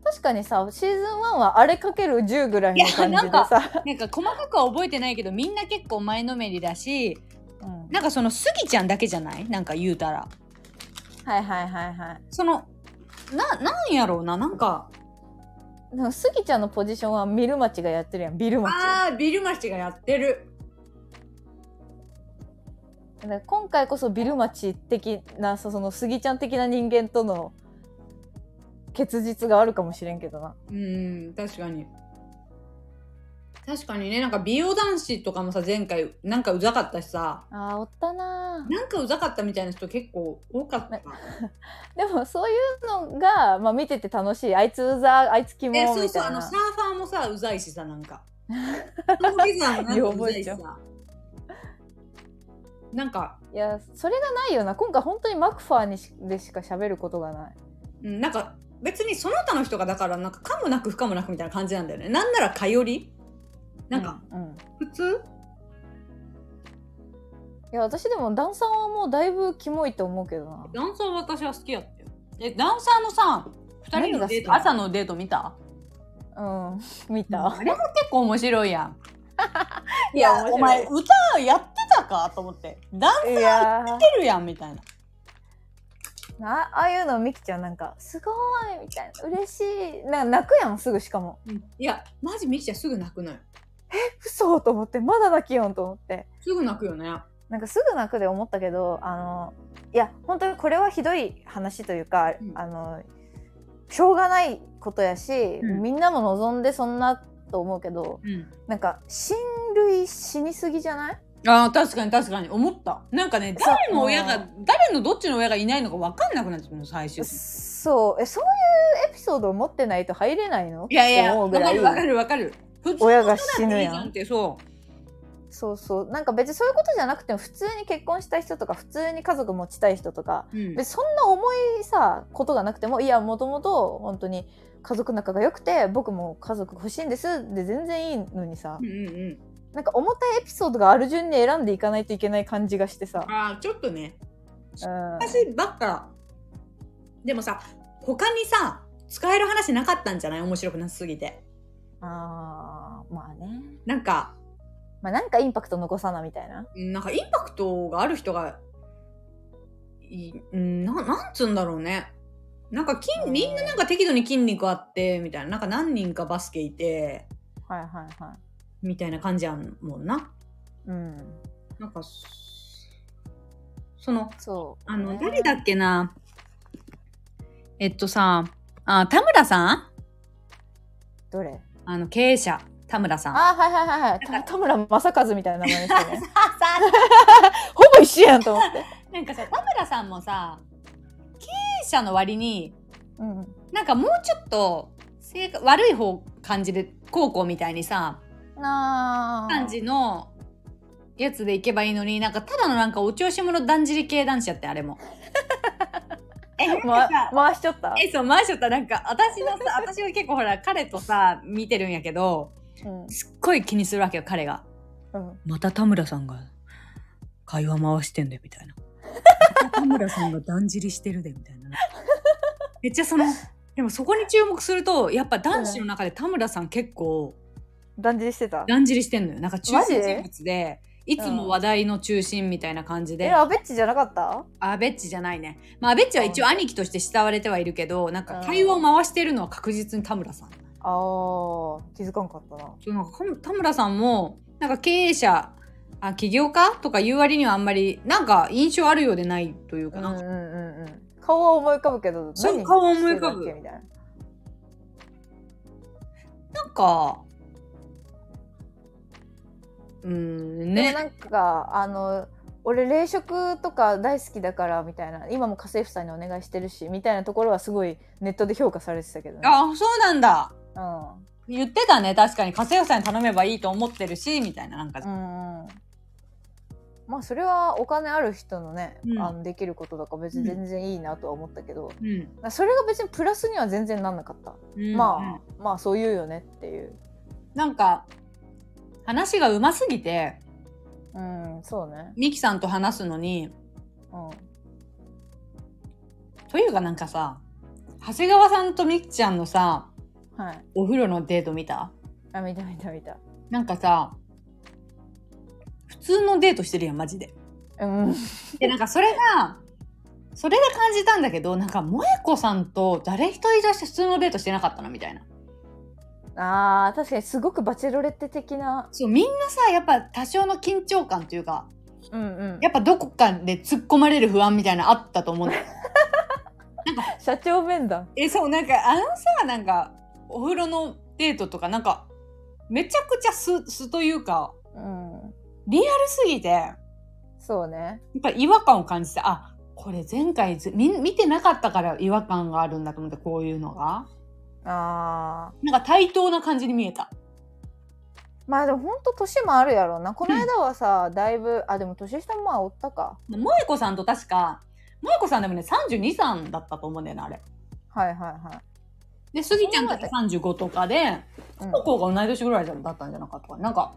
Speaker 2: 確かにさシーズン1はあれかける10ぐらいの感じでさ、
Speaker 1: なんか細かくは覚えてないけどみんな結構前のめりだし
Speaker 2: うん、
Speaker 1: なんかそのスギちゃんだけじゃないなんか言うたら。
Speaker 2: はいはいはいはい
Speaker 1: そのななんやろうななんか
Speaker 2: でもスギちゃんのポジションはミルマチがやってるやんビルマチ
Speaker 1: あビルマチがやってる。
Speaker 2: だから今回こそビルマチ的なそそのスギちゃん的な人間との結実があるかもしれんけどな
Speaker 1: うん確かに確かにねなんか美容男子とかもさ前回なんかうざかったしさ
Speaker 2: あーおったな
Speaker 1: なんかうざかったみたいな人結構多かった
Speaker 2: ねーでもそういうのが、まあ、見てて楽しいあいつうざあいつキモ
Speaker 1: えそ
Speaker 2: み
Speaker 1: うそう
Speaker 2: た
Speaker 1: あ
Speaker 2: い
Speaker 1: の
Speaker 2: な
Speaker 1: サーファーもさうざいしさなん かそのピザもなんかうざいし
Speaker 2: よ
Speaker 1: さなんか
Speaker 2: いやそれがないよな今回本当にマクファーにしでしか喋ることがない
Speaker 1: うんなんか別にその他の人がだからなんかかもなく不可もなくみたいな感じなんだよねなんならかよりなんか、
Speaker 2: うんうん
Speaker 1: 普通
Speaker 2: いや私でもダンサーはもうだいぶキモいと思うけどな
Speaker 1: ダンサー私は好きやったよえダンサーのさ2人のデー
Speaker 2: 何が好き
Speaker 1: ト
Speaker 2: なの
Speaker 1: 朝のデート見た
Speaker 2: うん 見た、
Speaker 1: あれも結構面白いやん。 い
Speaker 2: や
Speaker 1: や、
Speaker 2: 面白い
Speaker 1: お前歌やってたかと思って。ダン
Speaker 2: いや
Speaker 1: スしてるやんみたいな。
Speaker 2: ーあああいうのみきちゃんなんか「すごい!」みたいな「嬉しい」な泣くやんすぐしかも
Speaker 1: いや、マジミキちゃんすぐ泣くのよ。
Speaker 2: 「嘘!」と思ってまだ泣きよんと思って
Speaker 1: すぐ泣くよね。
Speaker 2: なんかすぐ泣くで思ったけどあのいや本当にこれはひどい話というか、
Speaker 1: うん
Speaker 2: あのしょうがないことやし、
Speaker 1: うん
Speaker 2: みんなも望んでそんなと思うけど
Speaker 1: うん。
Speaker 2: なんか親類死にすぎじゃない
Speaker 1: ああ、確かに確かに。思った。なんかね、
Speaker 2: そう
Speaker 1: 誰の親が、誰のどっちの親がいないのか分かんなくなってもう最終的に
Speaker 2: そうえそういうエピソードを持ってないと入れないの
Speaker 1: いやい
Speaker 2: って
Speaker 1: や、
Speaker 2: 思う
Speaker 1: 分
Speaker 2: ぐら
Speaker 1: か
Speaker 2: い
Speaker 1: る分かる分かる。普通
Speaker 2: 親が死ぬ
Speaker 1: いいじ
Speaker 2: や
Speaker 1: ゃんっ
Speaker 2: ん
Speaker 1: て、そう。
Speaker 2: そうそうなんか別にそういうことじゃなくても普通に結婚した人とか普通に家族持ちたい人とか
Speaker 1: うん
Speaker 2: 別にそんな重いさことがなくてもいやもともと本当に家族仲が良くて僕も家族欲しいんですで全然いいのにさ
Speaker 1: うんうんうん。
Speaker 2: なんか重たいエピソードがある順に選んでいかないといけない感じがしてさ、
Speaker 1: ああ、ちょっとね。
Speaker 2: うん、
Speaker 1: 話ばっかでもさ他にさ使える話なかったんじゃない面白くなさすぎて
Speaker 2: あーまあね
Speaker 1: なんか
Speaker 2: まあなんかインパクト残さなみたいな
Speaker 1: うんなんかインパクトがある人がいうんななんつうんだろうねなんか筋みんななんか適度に筋肉あってみたいななんか何人かバスケいて
Speaker 2: はいはいはい
Speaker 1: みたいな感じやもんな
Speaker 2: うん
Speaker 1: なんかその
Speaker 2: そう
Speaker 1: あの、誰だっけなえっとさあ田村さん
Speaker 2: どれ
Speaker 1: あの経営者田村さん。
Speaker 2: あーはいはいはいはいた田村正和みたいな名前ですよね
Speaker 1: あさ
Speaker 2: ほぼ一緒やんと思って、
Speaker 1: なんかさ、田村さんもさ、経営者の割に、
Speaker 2: うん
Speaker 1: なんかもうちょっと性格悪い方感じで、高校みたいにさ、
Speaker 2: なあ
Speaker 1: 感じのやつでいけばいいのに、なんかただのなんかお調子者だんじり系男子やって、あれも。 え、なんか
Speaker 2: ま
Speaker 1: さ、
Speaker 2: 回しちゃった
Speaker 1: え、そう、前しょったなんか、私のさ、私は結構ほら、彼とさ、見てるんやけど、
Speaker 2: うん
Speaker 1: すっごい気にするわけよ、彼が。
Speaker 2: うん
Speaker 1: また田村さんが会話回してんでみたいなまた田村さんがだんじりしてるでみたい なめっちゃそのでもそこに注目するとやっぱ男子の中で田村さん結構
Speaker 2: 断じりしてた
Speaker 1: だんじりしてんのよなんか中心
Speaker 2: マジ
Speaker 1: 人物でいつも話題の中心みたいな感じ
Speaker 2: え
Speaker 1: で、
Speaker 2: アベッチじゃなかった
Speaker 1: アベッチじゃないねまあアベッチは一応兄貴として慕われてはいるけどなんか
Speaker 2: うん
Speaker 1: 会話を回してるのは確実に田村さん
Speaker 2: あー気づかんかったな
Speaker 1: そうなんか田村さんもなんか経営者あ起業家とかいう割にはあんまりなんか印象あるようでないというか、
Speaker 2: うん
Speaker 1: な
Speaker 2: うんん
Speaker 1: か
Speaker 2: うんうん顔は思い浮かぶけど
Speaker 1: そう
Speaker 2: 何
Speaker 1: 顔は思い浮かぶ
Speaker 2: してるっけみたいな
Speaker 1: なんかうーん
Speaker 2: でも
Speaker 1: ね
Speaker 2: なんかあの俺冷食とか大好きだからみたいな今も家政婦さんにお願いしてるしみたいなところはすごいネットで評価されてたけどね、
Speaker 1: あそうなんだ
Speaker 2: うん、
Speaker 1: 言ってたね確かに家政婦さんに頼めばいいと思ってるしみたいななんか、
Speaker 2: うんうんまあそれはお金ある人のね、
Speaker 1: うん
Speaker 2: あのできることだから別に全然いいなとは思ったけど、
Speaker 1: うん
Speaker 2: それが別にプラスには全然なんなかった、
Speaker 1: うん
Speaker 2: まあまあそう言うよねっていう
Speaker 1: なんか話がうますぎて
Speaker 2: うんそうね
Speaker 1: ミキさんと話すのに
Speaker 2: うん
Speaker 1: というかなんかさ長谷川さんとミキちゃんのさ
Speaker 2: はい
Speaker 1: お風呂のデート見た
Speaker 2: あ見た見た見た
Speaker 1: なんかさ、普通のデートしてるやん、マジで。
Speaker 2: うん
Speaker 1: で、なんかそれが、それで感じたんだけど、なんか、萌子さんと誰一人として普通のデートしてなかったな、みたいな。
Speaker 2: あー確かにすごくバチェロレッテ的な
Speaker 1: そう、みんなさ、やっぱ多少の緊張感というか、
Speaker 2: うんうん
Speaker 1: やっぱどこかで突っ込まれる不安みたいなのあったと思うんだよ。
Speaker 2: 社長面談
Speaker 1: え、そう、なんか、あのさ、なんか、お風呂のデートとか、なんか、めちゃくちゃ素、素というか、
Speaker 2: うん
Speaker 1: 軽すぎて、
Speaker 2: そうね
Speaker 1: やっぱり違和感を感じて、あ、これ前回ずみ見てなかったから違和感があるんだと思って、こういうのが。
Speaker 2: あ
Speaker 1: なんか対等な感じに見えた。
Speaker 2: ーまあでもほんと年もあるやろうなこの間はさ、だいぶあでも年下もまあおったか
Speaker 1: 萌子さんと確か、萌子さんでもね、32、3だったと思うんだよね、あれ。
Speaker 2: はいはいは
Speaker 1: で、スギちゃんとか35とかで、
Speaker 2: い、うん、
Speaker 1: こ
Speaker 2: は
Speaker 1: こが同い年ぐらいだったんじゃなかったかな。なんか、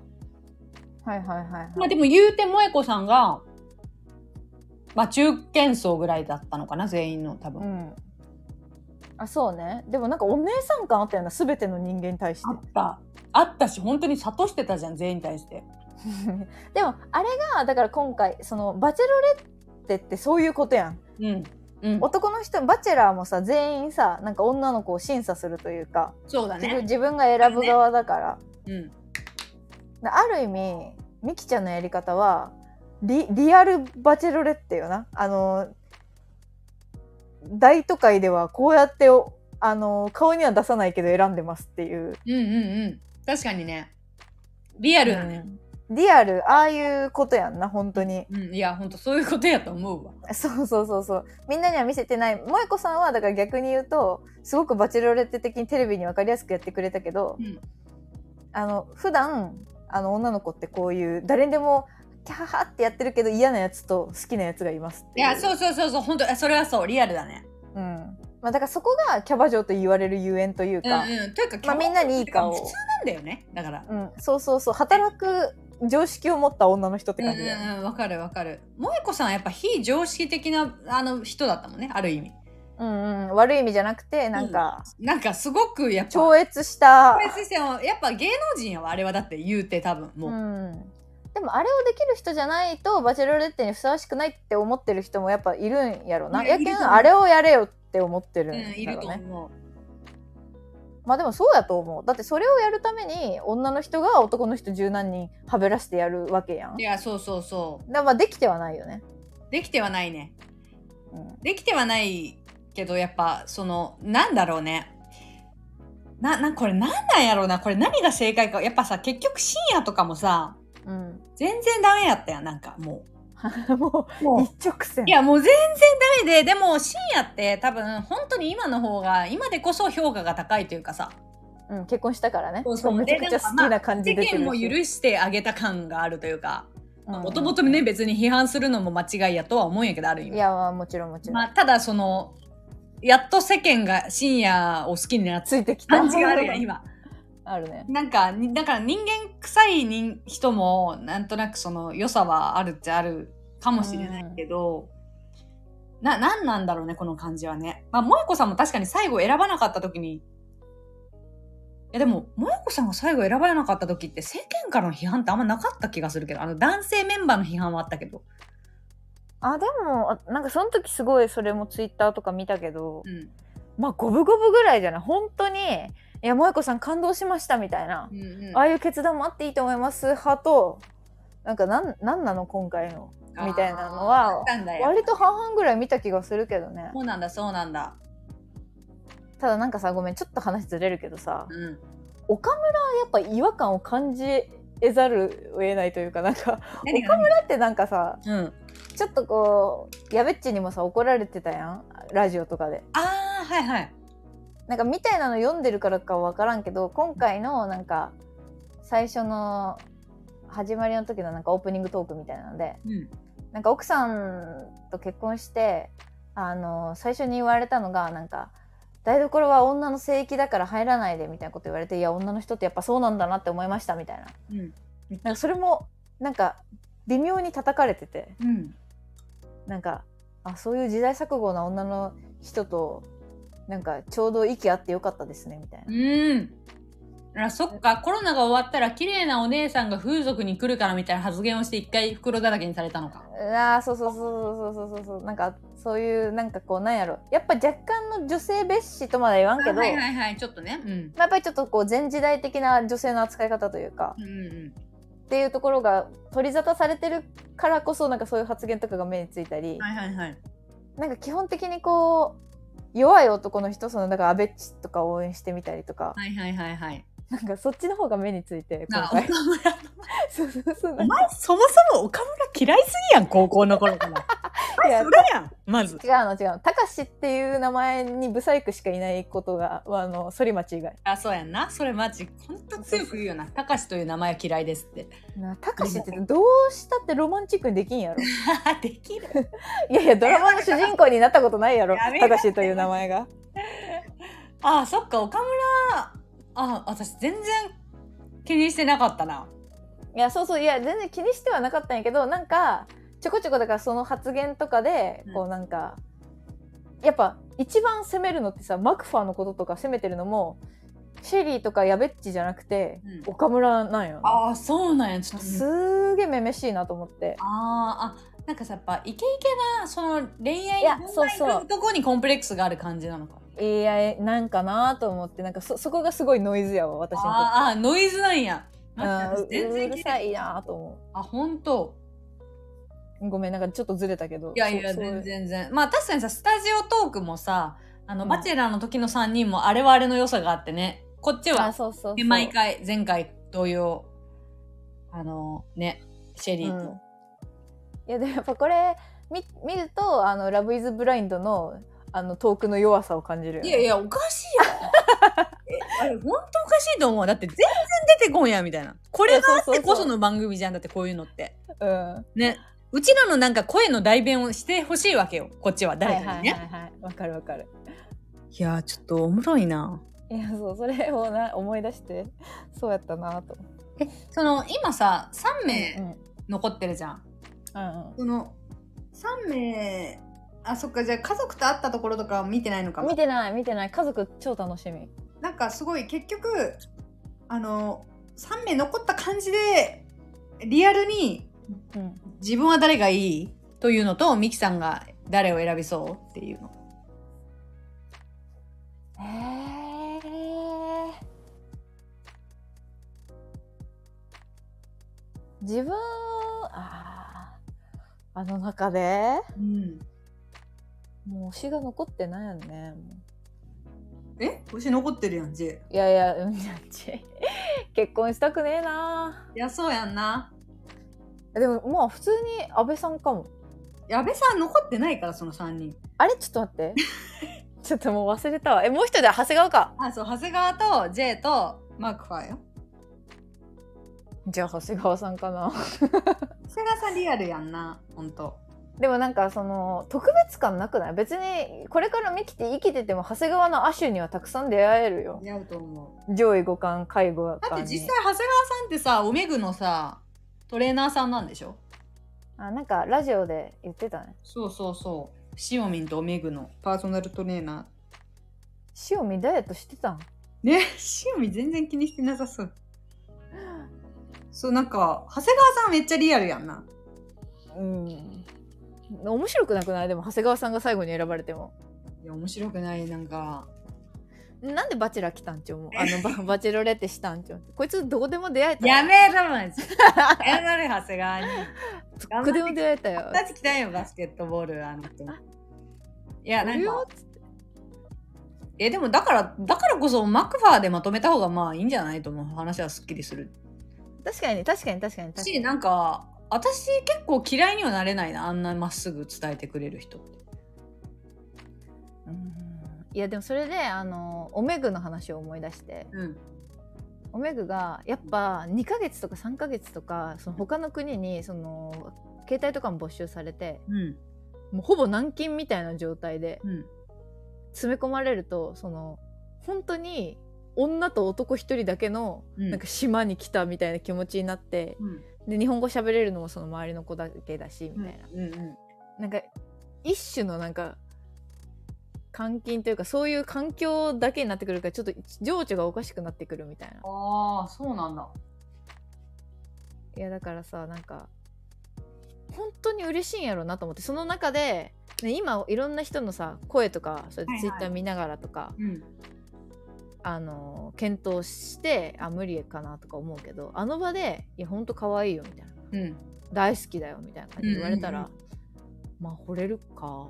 Speaker 2: いはいはいはい、
Speaker 1: まあでも言うて萌子さんが、まあ中堅層ぐらいだったのかな、全員の多分。
Speaker 2: うんあそうねでもなんかお姉さん感あったような全ての人間に対して
Speaker 1: あった。あったし、本当に諭してたじゃん、全員に対して。
Speaker 2: でもあれがだから今回そのバチェロレッテってそういうことやん
Speaker 1: うん。うん。
Speaker 2: 男の人バチェラーもさ全員さなんか女の子を審査するというか
Speaker 1: そうだ
Speaker 2: 自分。自分が選ぶ側だから、
Speaker 1: うん。
Speaker 2: だある意味ミキちゃんのやり方はリリアルバチェロレッテよなあの大都会ではこうやっておあの顔には出さないけど選んでますっていう、
Speaker 1: うんうんうん。確かにね。リアルだね。
Speaker 2: うんリアルああいうことやんな本当に
Speaker 1: うん、いや、ほんとそういうことやと思うわ。
Speaker 2: そうそうそうそうみんなには見せてない萌子さんはだから逆に言うとすごくバチェロレッテ的にテレビに分かりやすくやってくれたけど、
Speaker 1: うん
Speaker 2: あの普段あの女の子ってこういう誰にでもキャハハってやってるけど嫌なやつと好きなやつがいますって
Speaker 1: い
Speaker 2: いう
Speaker 1: や、そうそうそうそう、ほんと、あそれはそう、リアルだね。
Speaker 2: うんまあ、だからそこがキャバ嬢と言われるゆえんという
Speaker 1: うんう
Speaker 2: か、
Speaker 1: ん。というか、
Speaker 2: まあ、みんなにいい顔
Speaker 1: 普通なんだよね。だから。
Speaker 2: うん、そうそうそう働く常識を持った女の人って
Speaker 1: うんう
Speaker 2: 感じだよね、
Speaker 1: んうん、わかるわかる。萌子さんはやっぱ非常識的なあの人だったもんね、ある意味。
Speaker 2: うんうん、悪い意味じゃなくてなんか
Speaker 1: なんかすごくやっぱ。
Speaker 2: 超越した、
Speaker 1: 超越してもやっぱ芸能人やわ、あれはだって言うて多分。もう。
Speaker 2: うん、でもあれをできる人じゃないとバチェロレッテにふさわしくないって思ってる人もやっぱいるんやろな。
Speaker 1: ね
Speaker 2: や
Speaker 1: い
Speaker 2: け
Speaker 1: る
Speaker 2: ん
Speaker 1: と思う
Speaker 2: あれをやれよって思ってる
Speaker 1: うんん、
Speaker 2: だろうね。
Speaker 1: いると思う。
Speaker 2: まあでもそうやと思う。だってそれをやるために女の人が男の人十何人はべらしてやるわけやん。
Speaker 1: い
Speaker 2: だか
Speaker 1: や、そうそうそう。
Speaker 2: らまあできてはないよね。
Speaker 1: できてはないね。
Speaker 2: うん、
Speaker 1: できてはないけどやっぱそのなんだろうねな、な、これなんなんやろうな。これ何が正解か。やっぱさ、結局深夜とかもさ、
Speaker 2: うん。
Speaker 1: 全然ダメやったやん、なんかも
Speaker 2: も
Speaker 1: う。もう
Speaker 2: う一直線。
Speaker 1: いや、もう全然ダメで、でも深夜って多分、本当に今の方が、今でこそ評価が高いというかさ、
Speaker 2: うん、結婚したからね。
Speaker 1: そうそう
Speaker 2: もめちゃくちゃ好きな感じ
Speaker 1: 世
Speaker 2: 出てる
Speaker 1: 間
Speaker 2: し。
Speaker 1: も許してあげた感があるというか、
Speaker 2: うん
Speaker 1: もともとね、別に批判するのも間違いやとは思うんやけど、ある意
Speaker 2: い
Speaker 1: 味。
Speaker 2: や、まあもちろんもちろん。
Speaker 1: まあ、ただその、やっと世間が深夜を好きになった
Speaker 2: ついてきた
Speaker 1: 感じがあるやん、今。
Speaker 2: あるね。
Speaker 1: なんか、にだから人間臭い人人も、なんとなくその良さはあるっちゃあるかもしれないけど、な、なんなんだろうね、この感じはね。まあ、萌子さんも確かに最後選ばなかった時に、え、でも、萌子さんが最後選ばなかった時って世間からの批判ってあんまなかった気がするけど、あの、男性メンバーの批判はあったけど。
Speaker 2: あ、でも、あなんかその時すごいそれもツイッターとか見たけど、
Speaker 1: うん。
Speaker 2: まあ五分五分ぐらいじゃない本当に、いや、萌子さん感動しましたみたいな。
Speaker 1: うんうん
Speaker 2: ああいう決断もあっていいと思います派と、なんかなん、なんなの今回の。みたいなの
Speaker 1: あーあ
Speaker 2: は
Speaker 1: っ、たんだよ。
Speaker 2: 割と半々ぐらい見た気がするけどね
Speaker 1: そ。うなんだ、そうなんだ。
Speaker 2: ただなんかさ、ごめん、ちょっと話ずれるけどさ、
Speaker 1: うん。
Speaker 2: 岡村はやっぱ違和感を感じ得ざるを得ないというか、なんか、
Speaker 1: 何
Speaker 2: 岡
Speaker 1: が
Speaker 2: 村ってなんかさ、
Speaker 1: うん。
Speaker 2: ちょっとこう、やべっちにもさ、怒られてたやんラジオとかで。
Speaker 1: ああ、はいはい。
Speaker 2: なんかみたいなの読んでるからかわからんけど、今回のなんか、最初の始まりの時のなんかオープニングトークみたいなので、
Speaker 1: うん。
Speaker 2: なんか奥さんと結婚して、あの、最初に言われたのが、なんか、台所は女の聖域だから入らないでみたいなこと言われて、いや、女の人ってやっぱそうなんだなって思いましたみたいな。
Speaker 1: うん。
Speaker 2: なんかそれも、なんか、微妙に叩かれてて。
Speaker 1: うん。
Speaker 2: なんかあそういう時代錯誤な女の人となんかちょうど息合ってよかったですねみたいな、
Speaker 1: うん。あそっか、コロナが終わったら綺麗なお姉さんが風俗に来るからみたいな発言をして一回袋だらけにされたのか。
Speaker 2: あーそうそうそうそうそうそうそうなんかそういうなんかこうなんやろやっぱ若干の女性蔑視とまだ言わんけど、
Speaker 1: はいはいはい、ちょっとね。うん。
Speaker 2: まあやっぱりちょっとこう前時代的な女性の扱い方というか
Speaker 1: うんうん
Speaker 2: っていうところが取り沙汰されてるからこそなんかそういう発言とかが目についたり、
Speaker 1: うん。はいはいはい。
Speaker 2: なんか基本的にこう弱い男の人そのだからアベッチとか応援してみたりとか、
Speaker 1: はいはいはいはい。
Speaker 2: なんかそっちの方が目について今
Speaker 1: な岡
Speaker 2: 回
Speaker 1: 村、
Speaker 2: そうそうそう
Speaker 1: お前そもそも岡村嫌いすぎやん、高校の頃 から。
Speaker 2: いや
Speaker 1: やん、まず。
Speaker 2: 違うの違うの。たかしっていう名前にブサイクしかいないことが、あの、反町以外。
Speaker 1: あ、そうやんな。それマジ、ほんと強く言うよな。たかしという名前は嫌いですって。
Speaker 2: なたかしってどうしたってロマンチックにできんやろ。
Speaker 1: できる。
Speaker 2: いやいや、ドラマの主人公になったことないやろ
Speaker 1: や。めな
Speaker 2: た
Speaker 1: さい
Speaker 2: かしという名前が。
Speaker 1: あそっか、岡村。あ、私全然気にしてなかったな。
Speaker 2: いや、そうそう、いや、全然気にしてはなかったんやけど、なんか、ちょこちょこだからその発言とかで、こ
Speaker 1: う
Speaker 2: うなんか、やっぱ、一番責めるのってさ、マクファーのこととか責めてるのも、シェリーとかヤベッチじゃなくて、
Speaker 1: うん
Speaker 2: 岡村なんよね。
Speaker 1: ああ、そうなんや。ちょっと
Speaker 2: すーげえめめしいなと思って。
Speaker 1: あーあなんかさやっぱイケイケなその恋愛
Speaker 2: いや
Speaker 1: に
Speaker 2: そうそう
Speaker 1: 考えるとこにコンプレックスがある感じなのか
Speaker 2: AI なんかなと思ってなんかそそこがすごいノイズやわ私にとって
Speaker 1: あーあーノイズなんや待って私全
Speaker 2: うん
Speaker 1: 然
Speaker 2: う
Speaker 1: 気
Speaker 2: る
Speaker 1: に
Speaker 2: さいなと思
Speaker 1: あ本当
Speaker 2: うごめんなんかちょっとずれたけど
Speaker 1: いやいや
Speaker 2: そうそう
Speaker 1: 全然全然まあ確かにさスタジオトークもさあの、
Speaker 2: うん
Speaker 1: バチェラーの時の3人もあれはあれの良さがあってねこっち
Speaker 2: あ
Speaker 1: は
Speaker 2: そうそうそう
Speaker 1: で毎回前回同様あのねシェ
Speaker 2: う
Speaker 1: リ
Speaker 2: んい
Speaker 1: ーと、
Speaker 2: やでもやっぱこれ見見るとあのラブイズブラインドのあのトークの弱さを感じるよね
Speaker 1: いやいやおか しいよえあれ本当おかしいと思うだって全然出てこんやみたいなこれがあってこその番組じゃんだってこういうのって
Speaker 2: うんは
Speaker 1: ね、うちらのなんか声の代弁をしてほしいわけよ。こっちは誰
Speaker 2: い
Speaker 1: か
Speaker 2: はい
Speaker 1: にね。
Speaker 2: は
Speaker 1: い
Speaker 2: いはいわかるわかる
Speaker 1: やー、ちょっとおもろいな。
Speaker 2: いやそうそれをな思い出してそうやったなと
Speaker 1: その、今さ、3
Speaker 2: う
Speaker 1: 名
Speaker 2: ん
Speaker 1: 残ってるじゃん。
Speaker 2: うんうん
Speaker 1: その、3名、あ、そっか、じゃあ家族と会ったところとかは見てないのか
Speaker 2: 見てない見てない家族超楽しみ
Speaker 1: なんかすごい、結局、あの、3名残った感じで、リアルに
Speaker 2: うん
Speaker 1: 自分は誰がいいというのと、ミキさんが誰を選びそうっていうの。
Speaker 2: えー自分あーあの中で
Speaker 1: うん。
Speaker 2: もう推しが残ってないよね
Speaker 1: え星残ってるやん、J。
Speaker 2: いやいや、うん、じゃち。 結婚したくねえない
Speaker 1: や、そうやんな。
Speaker 2: でも、まあ、普通に安倍さんかも。
Speaker 1: 矢部さん残ってないから、その3人。
Speaker 2: あれちょっと待って。ちょっともう忘れたわ。え、もう一人だ、長谷川か。
Speaker 1: あ、そう、長谷川と J とマークファーよ。
Speaker 2: じゃあ、長谷川さんかな。
Speaker 1: 長谷川さんリアルやんな、ほんと。
Speaker 2: でもなんか、その、特別感なくない別に、これからミキティ生きてても、長谷川の亜種にはたくさん出会えるよ。
Speaker 1: 似合うと思う。
Speaker 2: 上位互換、介護官
Speaker 1: だって実際、長
Speaker 2: に
Speaker 1: 谷川さんってさ、おめぐのさ、トレーナーさんなんでしょ
Speaker 2: あ、なんか、ラジオで言ってたね。
Speaker 1: そうそうそう。しおみんとおめぐのパーソナルトレーナ
Speaker 2: 塩見ダイエットしてたん
Speaker 1: ー。ね、しおみん全然気にしてなさそう。そう、なんか、長谷川さんめっちゃリアルやんな。
Speaker 2: うん。面白くなくないでも、長谷川さんが最後に選ばれても。
Speaker 1: いや、面白くない、なんか。
Speaker 2: なんでバチェラー来たんち ょもう。あのバ、バチェロレってしたんちょこいつどこでも出会えた
Speaker 1: やめろ、マジ。やめろ、長谷川に。
Speaker 2: どこでも出会えたよ。
Speaker 1: 私来たよ、バスケットボール、あの人。いや、なんか、え、でもだから、だからこそマクファーでまとめた方がまあいいんじゃないと思う。話はすっきりする。
Speaker 2: 確かに確かに確かに確か
Speaker 1: し、
Speaker 2: に。
Speaker 1: なんか、私結構嫌いにはなれないな、あんなまっすぐ伝えてくれる人って。
Speaker 2: うんいやでもそれであのおめぐの話を思い出して
Speaker 1: うん。
Speaker 2: おめぐがやっぱ2ヶ月とか3ヶ月とかその他の国にその携帯とかも没収されて
Speaker 1: うん。
Speaker 2: もうほぼ軟禁みたいな状態で
Speaker 1: うん。
Speaker 2: 詰め込まれるとその本当に女と男一人だけの
Speaker 1: うん
Speaker 2: なんか島に来たみたいな気持ちになって、
Speaker 1: うん。
Speaker 2: で日本語喋れるのもその周りの子だけだしみたいな、
Speaker 1: うん。うん。
Speaker 2: なんか一種のなんか監禁というかそういう環境だけになってくるからちょっと情緒がおかしくなってくるみたいな
Speaker 1: ああ、そうなんだ。
Speaker 2: いやだからさなんか本当に嬉しいんやろうなと思ってその中で、ね、今いろんな人のさ声とかそれ
Speaker 1: はいはい
Speaker 2: ツイッター見ながらとか、
Speaker 1: うん。
Speaker 2: あの検討してあ無理かなとか思うけどあの場で「いやほんと可愛いよ」みたいな
Speaker 1: うん。
Speaker 2: 「大好きだよ」みたいな感じで言われたら、
Speaker 1: うんうん
Speaker 2: まあ惚れるか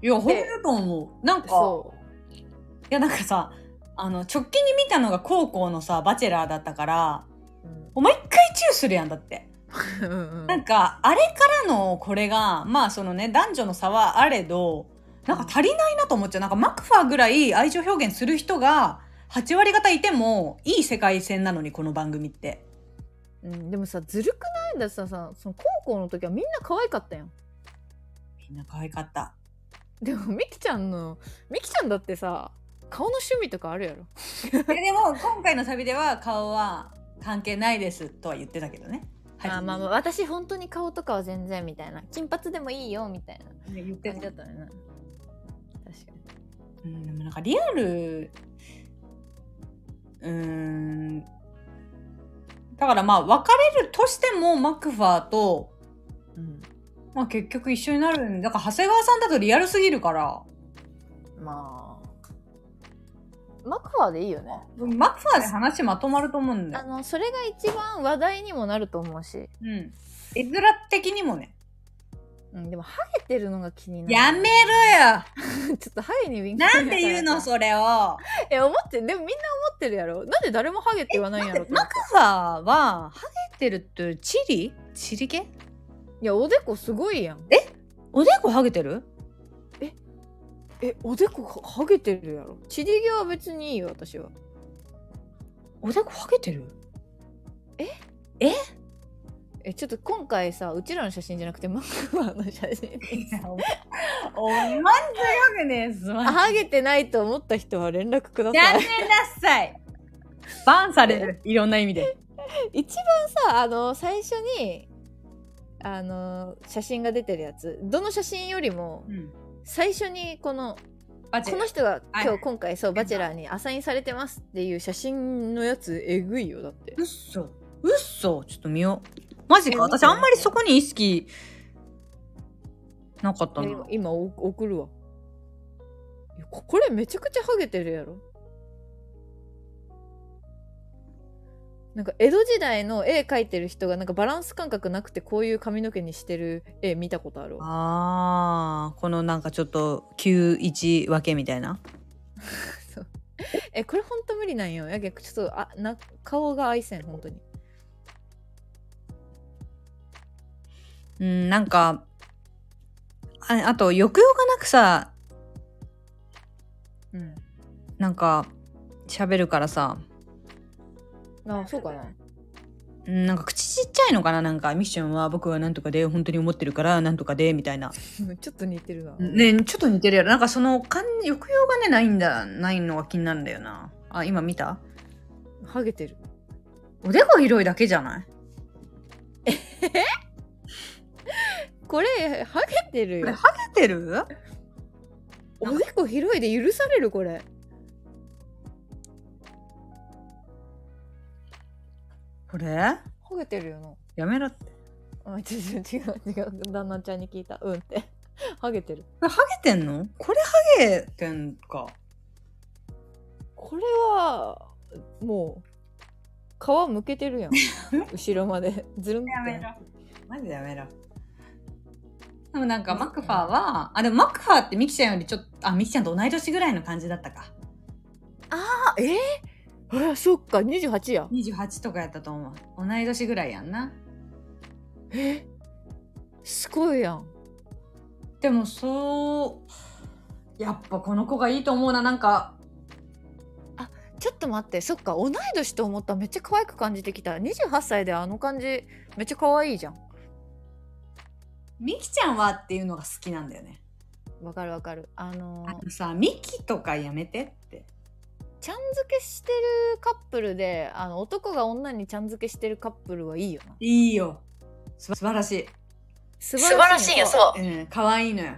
Speaker 1: いや、褒めると思う。なんか、
Speaker 2: そ
Speaker 1: いやなんかさあの直近に見たのが高校のさ「バチェラー」だったから
Speaker 2: う、うん
Speaker 1: お前一回チューするやんだって
Speaker 2: うんうん
Speaker 1: なんかあれからのこれがまあそのね男女の差はあれどなんか足りないなと思っちゃうなんかマクファーぐらい愛情表現する人が8割方いてもいい世界線なのにこの番組って
Speaker 2: うん、でもさずるくないだってささその高校の時はみんな可愛かったやん
Speaker 1: みんな可愛か った
Speaker 2: でもみきちゃんのみきちゃんだってさ顔の趣味とかあるやろ
Speaker 1: えでも今回のサビでは顔は関係ないですとは言ってたけどね
Speaker 2: あまあまあ私本当に顔とかは全然みたいな金髪でもいいよみたいな
Speaker 1: ね言って
Speaker 2: 感じ
Speaker 1: た
Speaker 2: だったよね確かに
Speaker 1: うん、でもなんかリアル、うーん、だからまあ別れるとしてもマクファーと、
Speaker 2: うん
Speaker 1: まあ結局一緒になるんだから長谷川さんだとリアルすぎるから、
Speaker 2: まあマクファーでいいよね
Speaker 1: マクファーで話まとまると思うんだ
Speaker 2: あ
Speaker 1: よ。
Speaker 2: のそれが一番話題にもなると思うし、
Speaker 1: うん。絵面的にもね。
Speaker 2: うん、でもハゲてるのが気になる
Speaker 1: やめろよ
Speaker 2: ちょっとハゲに敏感
Speaker 1: なんで言うの
Speaker 2: そ
Speaker 1: それを。
Speaker 2: え思ってでもみんな思ってるやろなんで誰もハゲって言わないんやろと思
Speaker 1: マ
Speaker 2: って
Speaker 1: クファーは、ハゲてるってチリチリ系
Speaker 2: いやおでこすごいやん
Speaker 1: おでこハゲてる
Speaker 2: えおでこはハゲてるやろチリ毛は別にいいよ私は
Speaker 1: おでこハゲてる
Speaker 2: えちょっと今回さうちらの写真じゃなくてマクファーの写真
Speaker 1: お前強くねえすま
Speaker 2: あハゲてないと思った人は連絡くだ
Speaker 1: や
Speaker 2: さ
Speaker 1: め
Speaker 2: い
Speaker 1: なさいバンされるいろんな意味で
Speaker 2: 一番さあの最初にあの写真が出てるやつどの写真よりも
Speaker 1: うん
Speaker 2: 最初にこの
Speaker 1: バチェ
Speaker 2: こ
Speaker 1: ラ
Speaker 2: の人が
Speaker 1: はい
Speaker 2: 今日今回そう「バチェラー」にアサインされてますっていう写真のやつえぐいよだって
Speaker 1: うっそうっそちょっと見ようマジ
Speaker 2: え
Speaker 1: か
Speaker 2: 見て
Speaker 1: 私あんまりそこに意識なかったな
Speaker 2: 今今お送るわいやここれめちゃくちゃハゲてるやろなんか江戸時代の絵描いてる人がなんかバランス感覚なくてこういう髪の毛にしてる絵見たことあるわ
Speaker 1: あーこのなんかちょっと91分けみたいな
Speaker 2: そうえこれほんと無理なんよやけんちょっとあな顔が愛せん本当に
Speaker 1: うん、なんか、ああと、抑揚がなくさ、
Speaker 2: うん
Speaker 1: なんか、喋るからさ、
Speaker 2: あそうかな
Speaker 1: うんなんか口ちっちゃいのかななんか、ミッションは僕はなんとかで、本当に思ってるから、なんとかで、みたいな。
Speaker 2: うんちょっと似てるな、
Speaker 1: ねちょっと似てるやろ。なんかその、感じ抑揚がね、ないんだ、ないのが気になるんだよな。あ、今見た
Speaker 2: ハゲてる
Speaker 1: おでこ広いだけじゃない
Speaker 2: これハゲてる
Speaker 1: これ、
Speaker 2: よ
Speaker 1: ハゲてる
Speaker 2: おでこ広いで許されるこれ
Speaker 1: これ
Speaker 2: ハゲてるよな
Speaker 1: やめろって。こ
Speaker 2: あ、ちょちょ違う違う旦那ちゃんに聞いたうんってハゲてる
Speaker 1: れ、ハゲてんのこれ、ハゲてんか。
Speaker 2: これはもう皮むけて るやん後ろまでずるんって
Speaker 1: やめろ。マジでやめろ。でもなんか、
Speaker 2: うん
Speaker 1: マクファーは、あ、でもマクファーってミキちゃんよりちょっと、あ、ミキちゃんと同い年ぐらいの感じだったか。
Speaker 2: あえー、あそっか28や
Speaker 1: 28とかやったと思う。同い年ぐらいやんな。
Speaker 2: えすごいやん
Speaker 1: でも、そう、やっぱこの子がいいと思うな、なんか、
Speaker 2: ちょっと待ってそっか同い年と思ったらめっちゃ可愛く感じてきた28歳であの感じめっちゃ可愛いじゃん
Speaker 1: ミキちゃんはっていうのが好きなんだよね。
Speaker 2: わかるわかるあの
Speaker 1: あ
Speaker 2: ー
Speaker 1: のさ、ミキとかやめてって。
Speaker 2: ちゃん付けしてるカップルであの男が女にちゃん付けしてるカップルはいいよない
Speaker 1: いよ。すば素晴らしい。
Speaker 2: 素
Speaker 3: 素晴らしいよ、そう
Speaker 1: うん、可愛いのよ。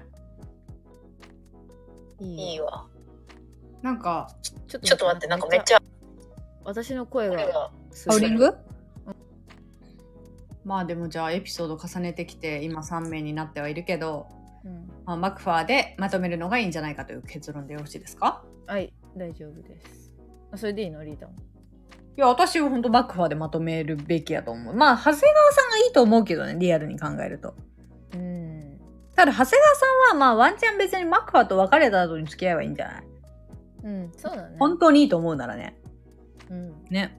Speaker 2: う
Speaker 3: う。い
Speaker 2: い
Speaker 3: い
Speaker 2: よ
Speaker 3: わ。
Speaker 1: なんか、
Speaker 2: ちょ
Speaker 3: ちょっと待って、なんかめっちゃ、
Speaker 2: 私の声
Speaker 3: 俺
Speaker 2: が
Speaker 3: が
Speaker 2: すごい
Speaker 3: 香り
Speaker 1: グまあでもじゃあエピソード重ねてきて今3名になってはいるけど、
Speaker 2: うん
Speaker 1: まあ、マクファーでまとめるのがいいんじゃないかという結論でよろしいですか
Speaker 2: はい大丈夫ですあそれでいいのリーダーも
Speaker 1: いや私は本当マクファーでまとめるべきやと思うまあ長谷川さんがいいと思うけどねリアルに考えると
Speaker 2: うん
Speaker 1: ただ長谷川さんはまあワンチャン別にマクファーと別れた後に付き合えばいいんじゃない、
Speaker 2: うんそうだね
Speaker 1: 本当にいいと思うならね
Speaker 2: うん
Speaker 1: ね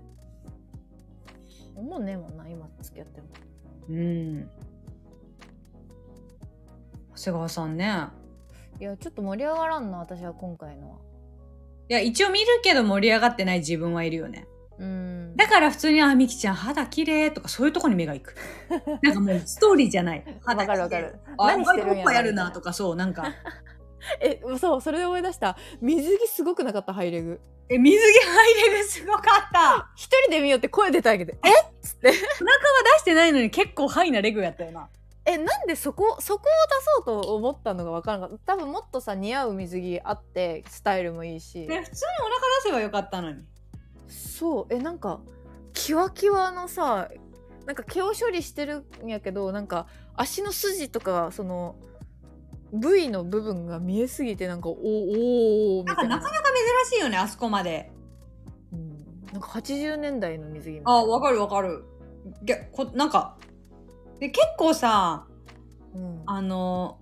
Speaker 2: 思うねえもんな今付き合っても
Speaker 1: うん長谷川さんね
Speaker 2: いやちょっと盛り上がらんな私は今回のはい
Speaker 1: や一応見るけど盛り上がってない自分はいるよね
Speaker 2: うん
Speaker 1: だから普通に、あ、みきちゃん肌綺麗とかそういうとこに目が行く。なんかもうストーリーじゃない。肌
Speaker 2: わかるわ
Speaker 1: 綺
Speaker 2: か
Speaker 1: 麗
Speaker 2: る
Speaker 1: あ、
Speaker 2: 何してるん
Speaker 1: お前
Speaker 2: や
Speaker 1: ポッ
Speaker 2: ろ
Speaker 1: パやるなとかそう、なんか。
Speaker 2: えそうそれで思い出した水着すごくなかったハイレグ
Speaker 1: え、水着入れるすごかった。
Speaker 2: 一人で見ようって声出たけどえ
Speaker 1: 出してないのに結構ハイなレグやったよな。
Speaker 2: えなんでそこそこを出そうと思ったのが分からなかった多分もっとさ似合う水着あってスタイルもいいし
Speaker 1: ね、普通にお腹出せばよかったのに。
Speaker 2: そうえなんかキワキワのさなんか毛を処理してるんやけどなんか足の筋とかその部位の部分が見えすぎてなんかおおーおーみたい
Speaker 1: な
Speaker 2: な
Speaker 1: んか珍しいよね、あそこまで。
Speaker 2: うんなんか80年代の水着みたいな
Speaker 1: あ、わかるわかる。いや、こ、なんか。で、結構さ、
Speaker 2: うん、
Speaker 1: あの、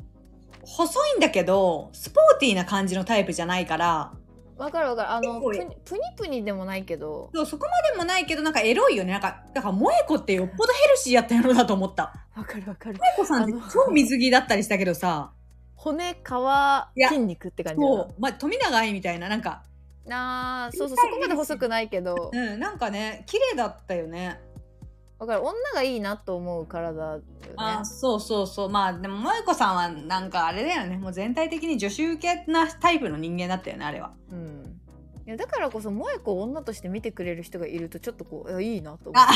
Speaker 1: 細いんだけど、スポーティーな感じのタイプじゃないから、
Speaker 2: わかるわかるあの
Speaker 1: 結構
Speaker 2: プニプニプニでもないけど
Speaker 1: そうそこまでもないけどなんかエロいよねなんかだから萌子ってよっぽどヘルシーやったやろだと思った
Speaker 2: わかるわかる
Speaker 1: 萌子さんって
Speaker 2: あの
Speaker 1: 超水着だったりしたけどさ
Speaker 2: 骨皮
Speaker 1: いや
Speaker 2: 筋肉って感じだ
Speaker 1: もう、まあ、富永愛みたいななんか
Speaker 2: なあーそうそうそこまで細くないけど
Speaker 1: うんなんかね綺麗だったよね
Speaker 2: わかる女がいいなと思う体だよね
Speaker 1: あそうそうそうまあでも萌子さんはなんかあれだよねもう全体的に女子受けなタイプの人間だったよねあれは
Speaker 2: うんいやだからこそ萌子を女として見てくれる人がいるとちょっとこういやいいなと思
Speaker 1: あ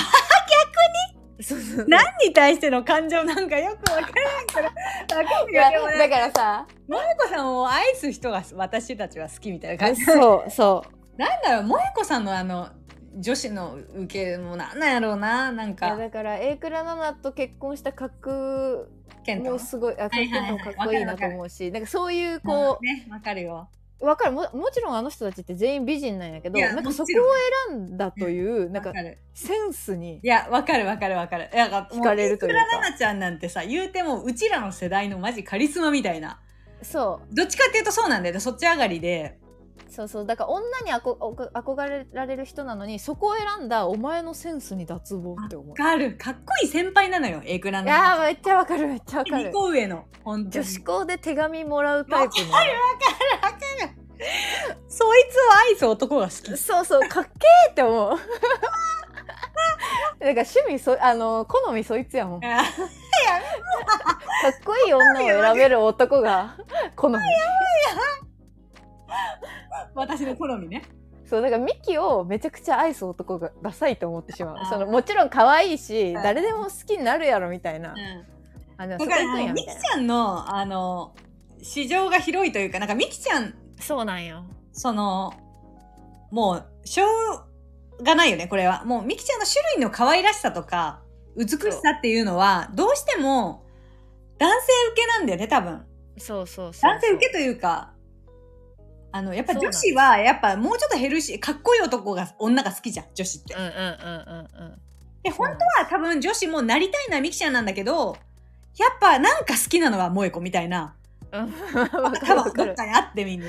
Speaker 2: うそうそう
Speaker 1: 何に対しての感情なんかよくわからないから分かる
Speaker 2: い
Speaker 1: け
Speaker 2: や
Speaker 1: ど
Speaker 2: だからさ
Speaker 1: 萌子さんを愛す人が私たちは好きみたいな感じ
Speaker 2: そうそ
Speaker 1: なんだろう萌子さんのあの女子の受けもなんなんやろうななん
Speaker 2: ういや
Speaker 1: か
Speaker 2: だから A 倉奈々と結婚した格
Speaker 1: 健太
Speaker 2: もすごいあ
Speaker 1: い
Speaker 2: 健
Speaker 1: はいはい
Speaker 2: 太もかっこいいなと思うしなんかそういうこ
Speaker 1: うんねわかるよ
Speaker 2: うわかるももちろんあの人たちって全員美人なんやけど
Speaker 1: いや
Speaker 2: なんか
Speaker 1: も
Speaker 2: そこを
Speaker 1: ちろん
Speaker 2: 選んだというな
Speaker 1: わか
Speaker 2: んか
Speaker 1: る
Speaker 2: センスに
Speaker 1: いやわかるわかるわかるいやなんか
Speaker 2: 惹かれるというか
Speaker 1: も飯倉奈々ちゃんなんてさ言うてもうちらの世代のマジカリスマみたいな
Speaker 2: そ
Speaker 1: どっちかっていうとそうなんだよねそっち上がりで
Speaker 2: うそうそうだから女にあこおこ憧れられる人なのにそこを選んだお前のセンスに脱帽って思う
Speaker 1: わかる。かっこいい先輩なのよ、エクラ
Speaker 2: い
Speaker 1: の。
Speaker 2: やーめっちゃわかるめっちゃわか
Speaker 1: 2
Speaker 2: る
Speaker 1: 個上の、本当
Speaker 2: 女
Speaker 1: に。
Speaker 2: 子校で手紙もらうタイプの
Speaker 1: そいつを愛す男が好き。
Speaker 2: そうそうかっけーって思う だから趣味そあの好みそいつやもんか
Speaker 1: あ
Speaker 2: っこいい女を選べる男が好み
Speaker 1: 私の好みね。
Speaker 2: そうだからミキをめちゃくちゃ愛す男がダサいと思ってしま
Speaker 1: あ
Speaker 2: う
Speaker 1: ー
Speaker 2: そのもちろん可愛いし
Speaker 1: ん
Speaker 2: 誰でも好きになるやろみたいなあで
Speaker 1: だ
Speaker 2: もそ
Speaker 1: か
Speaker 2: こ
Speaker 1: ら、
Speaker 2: 行くんや
Speaker 1: ミ
Speaker 2: み
Speaker 1: キ
Speaker 2: たいな
Speaker 1: ちゃんの、あの、市場が広いというか、なんかミキちゃん、
Speaker 2: そうなんよ
Speaker 1: その、もう、しょうがないよね、これは。もう、ミキちゃんの種類の可愛らしさとか、美しさっていうのは、どうしても、男性受けなんだよね、多分。
Speaker 2: そうそうそう
Speaker 1: 男性受けというか、あの、やっぱ
Speaker 2: そうな
Speaker 1: 女
Speaker 2: ん
Speaker 1: 子は、やっぱもうちょっとヘルシー、かっこいい男が、女が好きじゃん、女子って。
Speaker 2: うんうんうんうんうん
Speaker 1: で、本当は多分女子もなりたいのはミキちゃんなんだけど、やっぱなんか好きなのは萌子みたいな、
Speaker 2: うん わか
Speaker 1: 多
Speaker 2: るわ
Speaker 1: 分
Speaker 2: か
Speaker 1: どっ
Speaker 2: る
Speaker 1: かにあってみんな。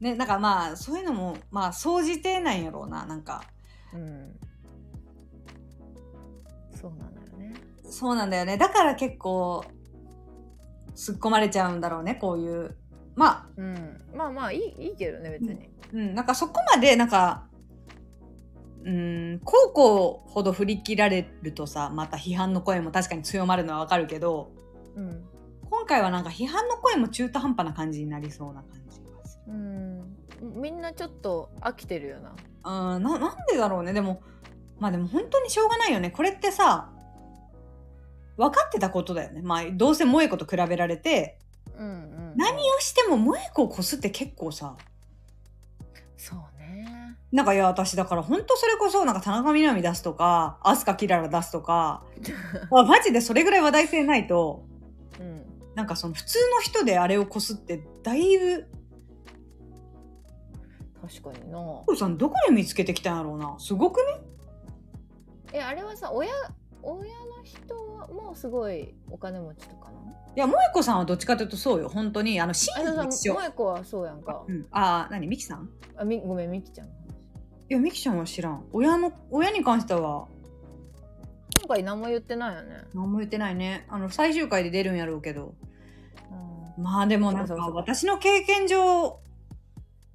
Speaker 1: ね、なんかまあ、そういうのも、まあ、総じてなんやろうな、なんか。
Speaker 2: うんそうなのよね
Speaker 1: そうなんだよね。だから結構、すっ込まれちゃうんだろうね、こういう。まあ、
Speaker 2: うんまあまあいいいいけどね別に
Speaker 1: うん、なんかそこまで、なんか、うん、高校ほど振り切られるとさ、また批判の声も確かに強まるのはわかるけど、
Speaker 2: うん
Speaker 1: 今回はなんか批判の声も中途半端な感じになりそうな感じがする。
Speaker 2: うんみんなちょっと飽きてるよな
Speaker 1: うん、な、なんでだろうね。でも、まあでも本当にしょうがないよね。これってさ、分かってたことだよね。まあ、どうせ萌子と比べられて、
Speaker 2: うんうん、うん、
Speaker 1: 何をしても萌子をこすって結構さ、
Speaker 2: そうね
Speaker 1: なんかいや私だから本当それこそなんか田中みな実出すとか飛鳥キララ出すとかまあマジでそれぐらい話題性ないと
Speaker 2: うん
Speaker 1: なんかその普通の人であれをこすってだいぶ
Speaker 2: 確かにな
Speaker 1: お父さんどこで見つけてきたんやろうなすごくね
Speaker 2: えあれはさ親親の人はもうすごいお金持ちとか
Speaker 1: いや萌子さんはどっちかというとそうよ本当にあの真
Speaker 2: なの
Speaker 1: の
Speaker 2: あ
Speaker 1: 一
Speaker 2: そう
Speaker 1: 緒
Speaker 2: 萌子はそうやんか
Speaker 1: うん、ああ何ミキさん
Speaker 2: あみごめんみきちゃんの話
Speaker 1: いやミキちゃんは知らん親の親に関しては
Speaker 2: 今回何も言ってないよね
Speaker 1: 何も言ってないねあの最終回で出るんやろうけどまあでもなんか
Speaker 2: そうそうそう
Speaker 1: 私の経験上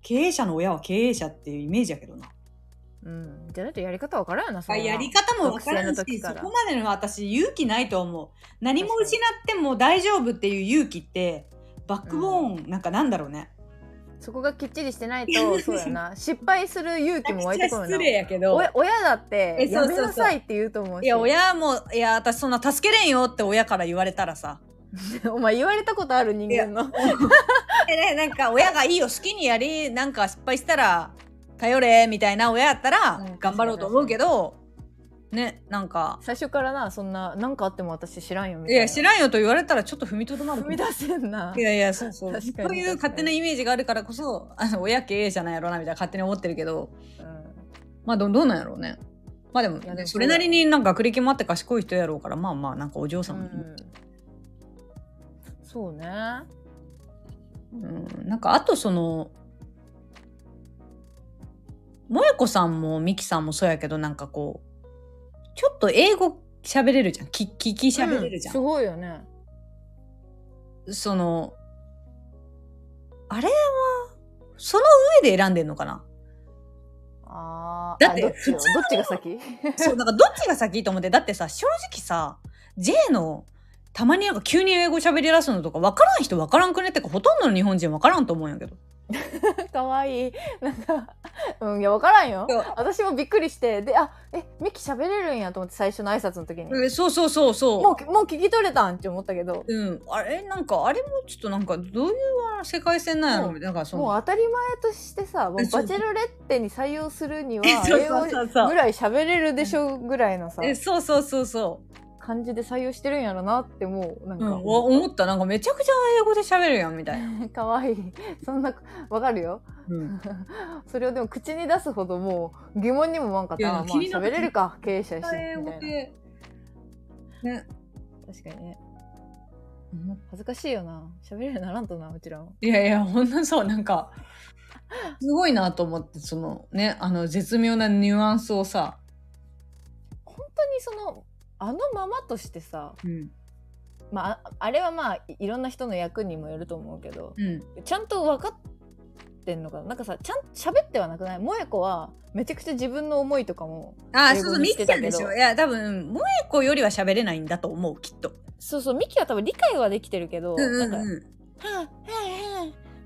Speaker 1: 経営者の親は経営者っていうイメージやけどな
Speaker 2: うん、じゃないとやり方わからんよなそんな
Speaker 1: やり方も分からん
Speaker 2: 学生
Speaker 1: し
Speaker 2: の時か
Speaker 1: そ
Speaker 2: ら
Speaker 1: こまでの私勇気ないと思う何も失っても大丈夫っていう勇気ってバックボーンなんかなんだろうね、
Speaker 2: そこがきっちりしてない とそうやな失敗する勇気も湧いてこる
Speaker 1: 失
Speaker 2: な
Speaker 1: 礼やけど
Speaker 2: 親親だって
Speaker 1: えそ
Speaker 2: や
Speaker 1: うそう
Speaker 2: め
Speaker 1: そう
Speaker 2: なさいって言うと思うし
Speaker 1: いや親もいや私そんな助けれんよって親から言われたらさ
Speaker 2: お前言われたことある人間の
Speaker 1: でねなんか親がいいよ好きにやりなんか失敗したら頼れみたいな親やったら
Speaker 2: うん
Speaker 1: 頑張ろうと思うけど、ねなんか
Speaker 2: 最初からなそんな何かあっても私知らんよみ
Speaker 1: い
Speaker 2: たいな
Speaker 1: や知らんよと言われたらちょっと踏みとどまる
Speaker 2: 踏み出せんない
Speaker 1: やいや、そうそう。
Speaker 2: 確かに
Speaker 1: そういう勝手なイメージがあるからこそ、あの親経営者なんやろうなみたいな勝手に思ってるけど、
Speaker 2: う
Speaker 1: まあどどうなんやろうね。まあでも、
Speaker 2: いやでも
Speaker 1: それなりになんか学歴もあって賢い人やろうから、まあまあなんかお嬢さん
Speaker 2: ん、う
Speaker 1: も、
Speaker 2: ん、そうね
Speaker 1: うんなんかあとその、萌子さんも美樹さんもそうやけど、なんかこう、ちょっと英語喋れるじゃん。聞聞き喋れるじゃん
Speaker 2: す。ごいよね
Speaker 1: その、あれは、その上で選んでんのか な
Speaker 2: あー
Speaker 1: だって
Speaker 2: あどっち
Speaker 1: 普
Speaker 2: よ
Speaker 1: 通の
Speaker 2: どっちが先
Speaker 1: そう、なんかどっちが先と思って、だってさ、正直さ、J の、たまになんか急に英語喋り出すのとか、わからん人わからんくねってか、ほとんどの日本人わからんと思うんやけど。
Speaker 2: かわいいなんかうんいや分からんよ
Speaker 1: そう
Speaker 2: 私もびっくりしてであえミキ喋れるんやと思って最初の挨拶の時に、
Speaker 1: えそうそうそうそう。
Speaker 2: もうもう聞き取れたんって思ったけど、
Speaker 1: うん、あれなんか、あれもちょっとなんか、どういうあ世界線なんやろ、
Speaker 2: う
Speaker 1: なんかその。
Speaker 2: もう当たり前としてさもう
Speaker 1: そう
Speaker 2: バチェロレッテに採用するには
Speaker 1: そう
Speaker 2: 英
Speaker 1: そ
Speaker 2: 語
Speaker 1: うそうそ
Speaker 2: ぐ
Speaker 1: う。
Speaker 2: らい喋れるでしょぐらいのさ
Speaker 1: えそうそうそうそ
Speaker 2: 感じで採用してるんやろなってもうなん
Speaker 1: う、うん、
Speaker 2: か
Speaker 1: わ 思ったなんかめちゃくちゃ英語で喋るやんみたいな、
Speaker 2: かわいいそんなわかるよ
Speaker 1: うん、
Speaker 2: それをでも口に出すほどもう疑問にも思わんかっ
Speaker 1: い
Speaker 2: た
Speaker 1: や
Speaker 2: あまあ
Speaker 1: 気にな
Speaker 2: 喋
Speaker 1: る
Speaker 2: れるか経営者やし
Speaker 1: 英
Speaker 2: み
Speaker 1: 語
Speaker 2: たいな
Speaker 1: でね
Speaker 2: 確かにね恥ずかしいよな喋れるようにならんとなうちらも
Speaker 1: いやいやほんなそうなんかすごいなと思って、そのね、あの絶妙なニュアンスをさ、
Speaker 2: 本当にそのあのままとしてさ、
Speaker 1: うん。
Speaker 2: まあ、ああれはまあいろんな人の役にもよると思うけど
Speaker 1: うん。
Speaker 2: ちゃんと分かってんのかななんかさちゃん喋ってはなくない萌子はめちゃくちゃ自分の思いとかも
Speaker 1: ああ、
Speaker 2: 英
Speaker 1: そう
Speaker 2: 語
Speaker 1: そう、ミ
Speaker 2: に
Speaker 1: キ
Speaker 2: して
Speaker 1: ちゃ
Speaker 2: た
Speaker 1: ん
Speaker 2: けど
Speaker 1: でしょ。いや、多分、萌子よりは喋れないんだと思う、きっと。
Speaker 2: そうそうミキは多分理解はできてるけど、
Speaker 1: うんうん
Speaker 2: なんか
Speaker 1: うん。
Speaker 2: 「はあはあは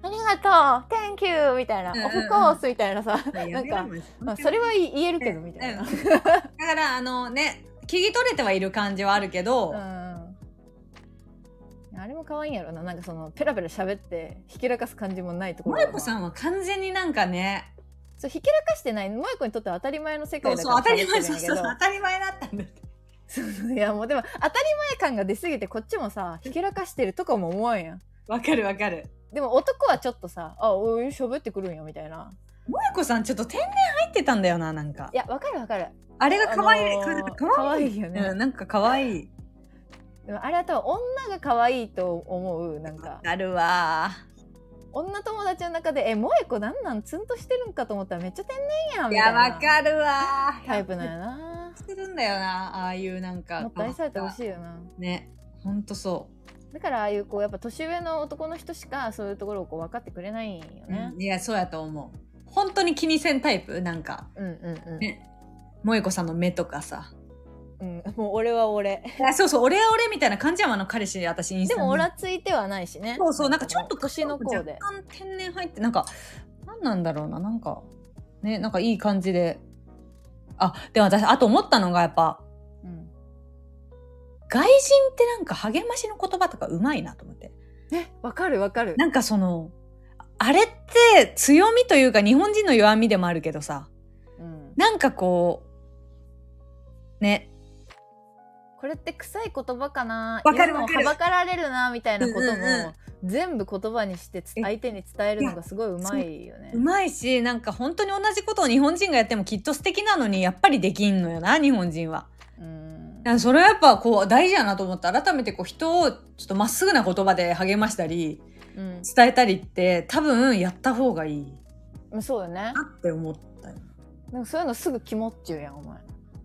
Speaker 2: あありがとう Thank you」みたいな
Speaker 1: う
Speaker 2: 「オ
Speaker 1: んうん
Speaker 2: フ
Speaker 1: うん
Speaker 2: コース」みたいなさ
Speaker 1: や
Speaker 2: な
Speaker 1: め
Speaker 2: ん
Speaker 1: ろ
Speaker 2: か、
Speaker 1: もう
Speaker 2: まあ、それは言言えるけどみたいな
Speaker 1: うん。だからあのね聞き取れてはいる感じはあるけど、
Speaker 2: うんあれも可愛いんやろななんかそのペラペラ喋ってひけらかす感じもないところ
Speaker 1: 萌子さ
Speaker 2: ん
Speaker 1: んは完全になんかね
Speaker 2: そうひけらかしてない萌子にとっては当たり前の世
Speaker 1: そう
Speaker 2: 界だか
Speaker 1: そう
Speaker 2: ら
Speaker 1: 当たり前
Speaker 2: 喋っ
Speaker 1: そ
Speaker 2: て
Speaker 1: う
Speaker 2: る
Speaker 1: んそう
Speaker 2: やけど
Speaker 1: 当たり前だったんだって
Speaker 2: そうそういやもうでも当たり前感が出すぎてこっちもさひけらかしてるとかも思わんやん
Speaker 1: わかるわかる
Speaker 2: でも男はちょっとさあおい喋ってくるんやみたいな
Speaker 1: 萌子さんちょっと天然入ってたんだよななんか
Speaker 2: いやわかるわかる
Speaker 1: あれが可愛い、
Speaker 2: あのー
Speaker 1: か可愛い
Speaker 2: 可愛いよね
Speaker 1: うん、なんか可愛い
Speaker 2: でもあれは多分女が可愛いと思うなんか
Speaker 1: なるわ
Speaker 2: 女友達の中で「え萌子なんなんツンとしてるんか?」と思ったらめっちゃ天然やん
Speaker 1: い
Speaker 2: みた
Speaker 1: や
Speaker 2: いな
Speaker 1: わかるわ
Speaker 2: タイプなんやな
Speaker 1: するんだよなああいうなんか
Speaker 2: もっと愛されてほ
Speaker 1: い
Speaker 2: しいよな
Speaker 1: ねほんとそ
Speaker 2: だからああいうこうやっぱ年上の男の人しかそういうところをこう分かってくれないよ
Speaker 1: う、
Speaker 2: ね
Speaker 1: う、んいやそうやと思う本当に気にせんタイプなんか
Speaker 2: うん、うんうん
Speaker 1: ね萌子さんの目とかさ
Speaker 2: うんもう俺は俺
Speaker 1: いやそうそう、俺俺みたいな感じやもんあの彼氏、私、インスタ
Speaker 2: で
Speaker 1: に
Speaker 2: もオラついてはないしね
Speaker 1: そうそう、なんかちょっと
Speaker 2: 年の子で
Speaker 1: 若干天然入って、なんか、なんなんだろうな、なんか、ね、なんかいい感じで。あ、でも私、あと思ったのが、やっぱ、
Speaker 2: うん
Speaker 1: 外人ってなんか励ましの言葉とかうまいなと思って。
Speaker 2: えわかるわかる
Speaker 1: なんかその、あれって強みというか日本人の弱みでもあるけどさ、
Speaker 2: うん
Speaker 1: なんかこう、ね、
Speaker 2: これって臭い言葉かな
Speaker 1: わかる
Speaker 2: 今も
Speaker 1: わかる
Speaker 2: はばかられるなみたいなこと
Speaker 1: うんうんうん
Speaker 2: も全部言葉にしてつ
Speaker 1: え
Speaker 2: 相手に伝えるのがすごいうまいよね
Speaker 1: うまいし、なんか本当に同じことを日本人がやってもきっと素敵なのに、やっぱりできんのよな、日本人は。
Speaker 2: うん
Speaker 1: いやそれはやっぱこう大事やなと思って改めてこう人をちょっとまっすぐな言葉で励ましたり
Speaker 2: うん
Speaker 1: 伝えたりって多分やった方がいい
Speaker 2: まあそうよ
Speaker 1: な
Speaker 2: ね
Speaker 1: って思ったよ
Speaker 2: なんかそういうのすぐキモっちゅうやんお前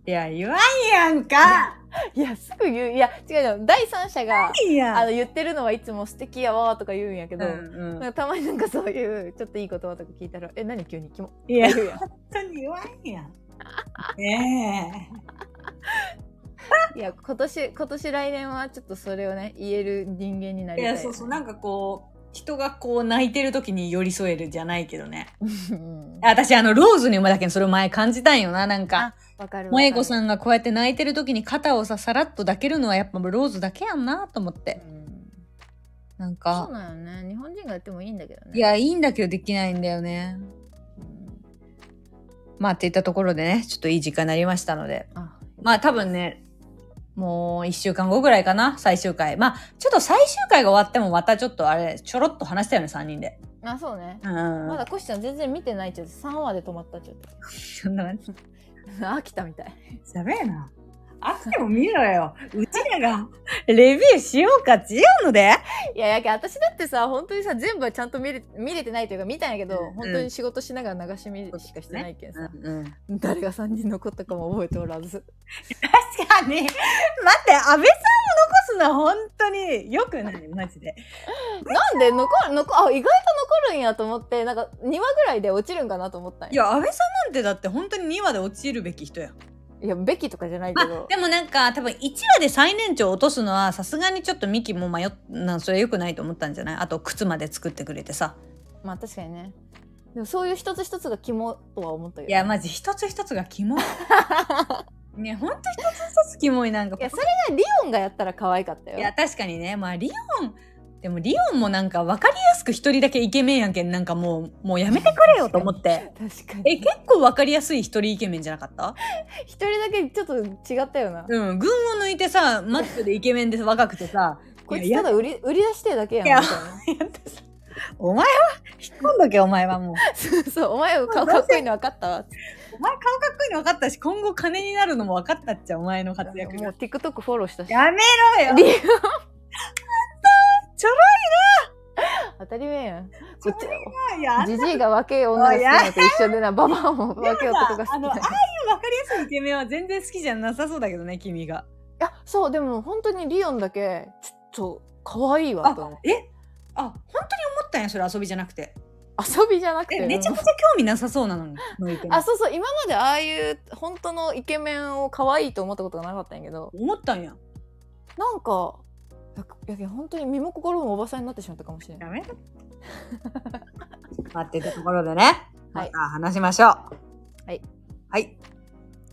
Speaker 1: いや言わんやんか
Speaker 2: いやすぐ言ういや違う違う第三者が
Speaker 1: いや
Speaker 2: あの言ってるのはいつも素敵やわーとか言うんやけ
Speaker 1: う
Speaker 2: ど、
Speaker 1: んうん
Speaker 2: なんかたまになんかそういうちょっといい言葉とか聞いたら「え何急にキモ」
Speaker 1: いや
Speaker 2: 言うやん
Speaker 1: 本当に言わんやんね
Speaker 2: いや今年今年来年はちょっとそれをね言える人間にな
Speaker 1: え
Speaker 2: り
Speaker 1: い
Speaker 2: たい
Speaker 1: やそうそうなんかこう人がこう泣いてる時に寄り添えるじゃないけどね
Speaker 2: うん
Speaker 1: 私あのローズに生まれたけんそれを前感じたんよななんか
Speaker 2: あわかる
Speaker 1: 萌子
Speaker 2: ん、
Speaker 1: さんがこうやって泣いてる時に肩をささらっと抱けるのはやっぱローズだけやんなと思って
Speaker 2: うん
Speaker 1: なん
Speaker 2: そ
Speaker 1: か
Speaker 2: うなのね日本人がやってもいいんだけどね
Speaker 1: いや、いいんだけどできないんだよね。
Speaker 2: うん
Speaker 1: まあ、っていったところでね、ちょっといい時間になりましたので。
Speaker 2: あ
Speaker 1: まあ、多分ね、もう一週間後ぐらいかな、最終回。まあ、ちょっと最終回が終わってもまたちょっとあれ、ちょろっと話したよね、3人で。
Speaker 2: あそうね
Speaker 1: うん。
Speaker 2: まだコシちゃん全然見てないっちゃう3話で止ま ったっちゃう
Speaker 1: そんな感じ。
Speaker 2: 飽きたみたい
Speaker 1: やべえな。あっても見ろ よ。うちらが、レビューしようか、しようので。
Speaker 2: いややけ私だってさ本当にさ全部はちゃんと見れ見れてないというか見たんやけど、
Speaker 1: うん
Speaker 2: 本当に仕事しながら流し見しかしてないけんさ、
Speaker 1: うん。
Speaker 2: 誰が3人残ったかも覚えておらず
Speaker 1: 確かに。待って、安倍さんを残すのは本当に良くない、マジで。
Speaker 2: なんで残る残あ意外と残るんやと思ってなんか2話ぐらいで落ちるんかなと思ったん
Speaker 1: いや、安倍さんなんてだって本当に2話で落ちるべき人やん。
Speaker 2: いやべきとかじゃないけ
Speaker 1: あ
Speaker 2: ど
Speaker 1: でもなんか多分1話で最年長落とすのはさすがにちょっとミキも迷っなんそれ良くないと思ったんじゃないあと靴まで作ってくれてさ
Speaker 2: まあ確かにねでもそういう一つ一つが肝とは思ったけど
Speaker 1: いやマジ一つ一つがキモいねほんと一つ一つキモいなんか
Speaker 2: いやそれがリオンがやったら可愛かったよ
Speaker 1: いや確かにねまあリオンでもリオンもなんか分かりやすく一人だけイケメンやんけんなんかもうもうやめてくれよと思 って
Speaker 2: 確か
Speaker 1: え
Speaker 2: に
Speaker 1: 結構分かりやすい一人イケメンじゃなかった
Speaker 2: 一人だけちょっと違ったよな、
Speaker 1: うん群を抜いてさマッチョでイケメンで若くてさ
Speaker 2: こい
Speaker 1: い
Speaker 2: つ
Speaker 1: や
Speaker 2: ただ売り売り出してるだけやん
Speaker 1: いや
Speaker 2: みたいな
Speaker 1: お前は引っ込んどけお前はもう
Speaker 2: そう そうお前顔かっこいいの分かったわ
Speaker 1: お前顔かっこいいの分かったし、今後金になるのも分かったっちゃ、お前の活躍
Speaker 2: も
Speaker 1: が
Speaker 2: う。TikTok フォローしたし
Speaker 1: やめろよ
Speaker 2: リオン
Speaker 1: ちょろ
Speaker 2: いな当たり前やん。こっち
Speaker 1: いや、あの
Speaker 2: じじいが若い女が好きなのと一緒でな、ババアも若い男が好
Speaker 1: あ
Speaker 2: き
Speaker 1: の、ああい
Speaker 2: な
Speaker 1: う
Speaker 2: の。
Speaker 1: わかりやすいイケメンは全然好きじゃなさそうだけどね、君が。
Speaker 2: いやそうでも本当にリオンだけちょっと可愛いわと思
Speaker 1: あ
Speaker 2: う、
Speaker 1: えあ、本当に思ったんや、それ遊びじゃなくて。
Speaker 2: 遊びじゃなくて
Speaker 1: え、めちゃくちゃ興味なさそうなのに。向いて
Speaker 2: うん
Speaker 1: る
Speaker 2: あそうそう今までああいう本当のイケメンを可愛いと思ったことがなかったんやけど
Speaker 1: 思ったんや。
Speaker 2: なんかいやいやいや本当に身も心もおばさんになってしまったかもしれない
Speaker 1: やめろ。待ってたところでね、
Speaker 2: は
Speaker 1: ま
Speaker 2: い
Speaker 1: た話しましょう。
Speaker 2: はい。
Speaker 1: はい。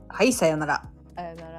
Speaker 1: はい、さようなら。
Speaker 2: あやなら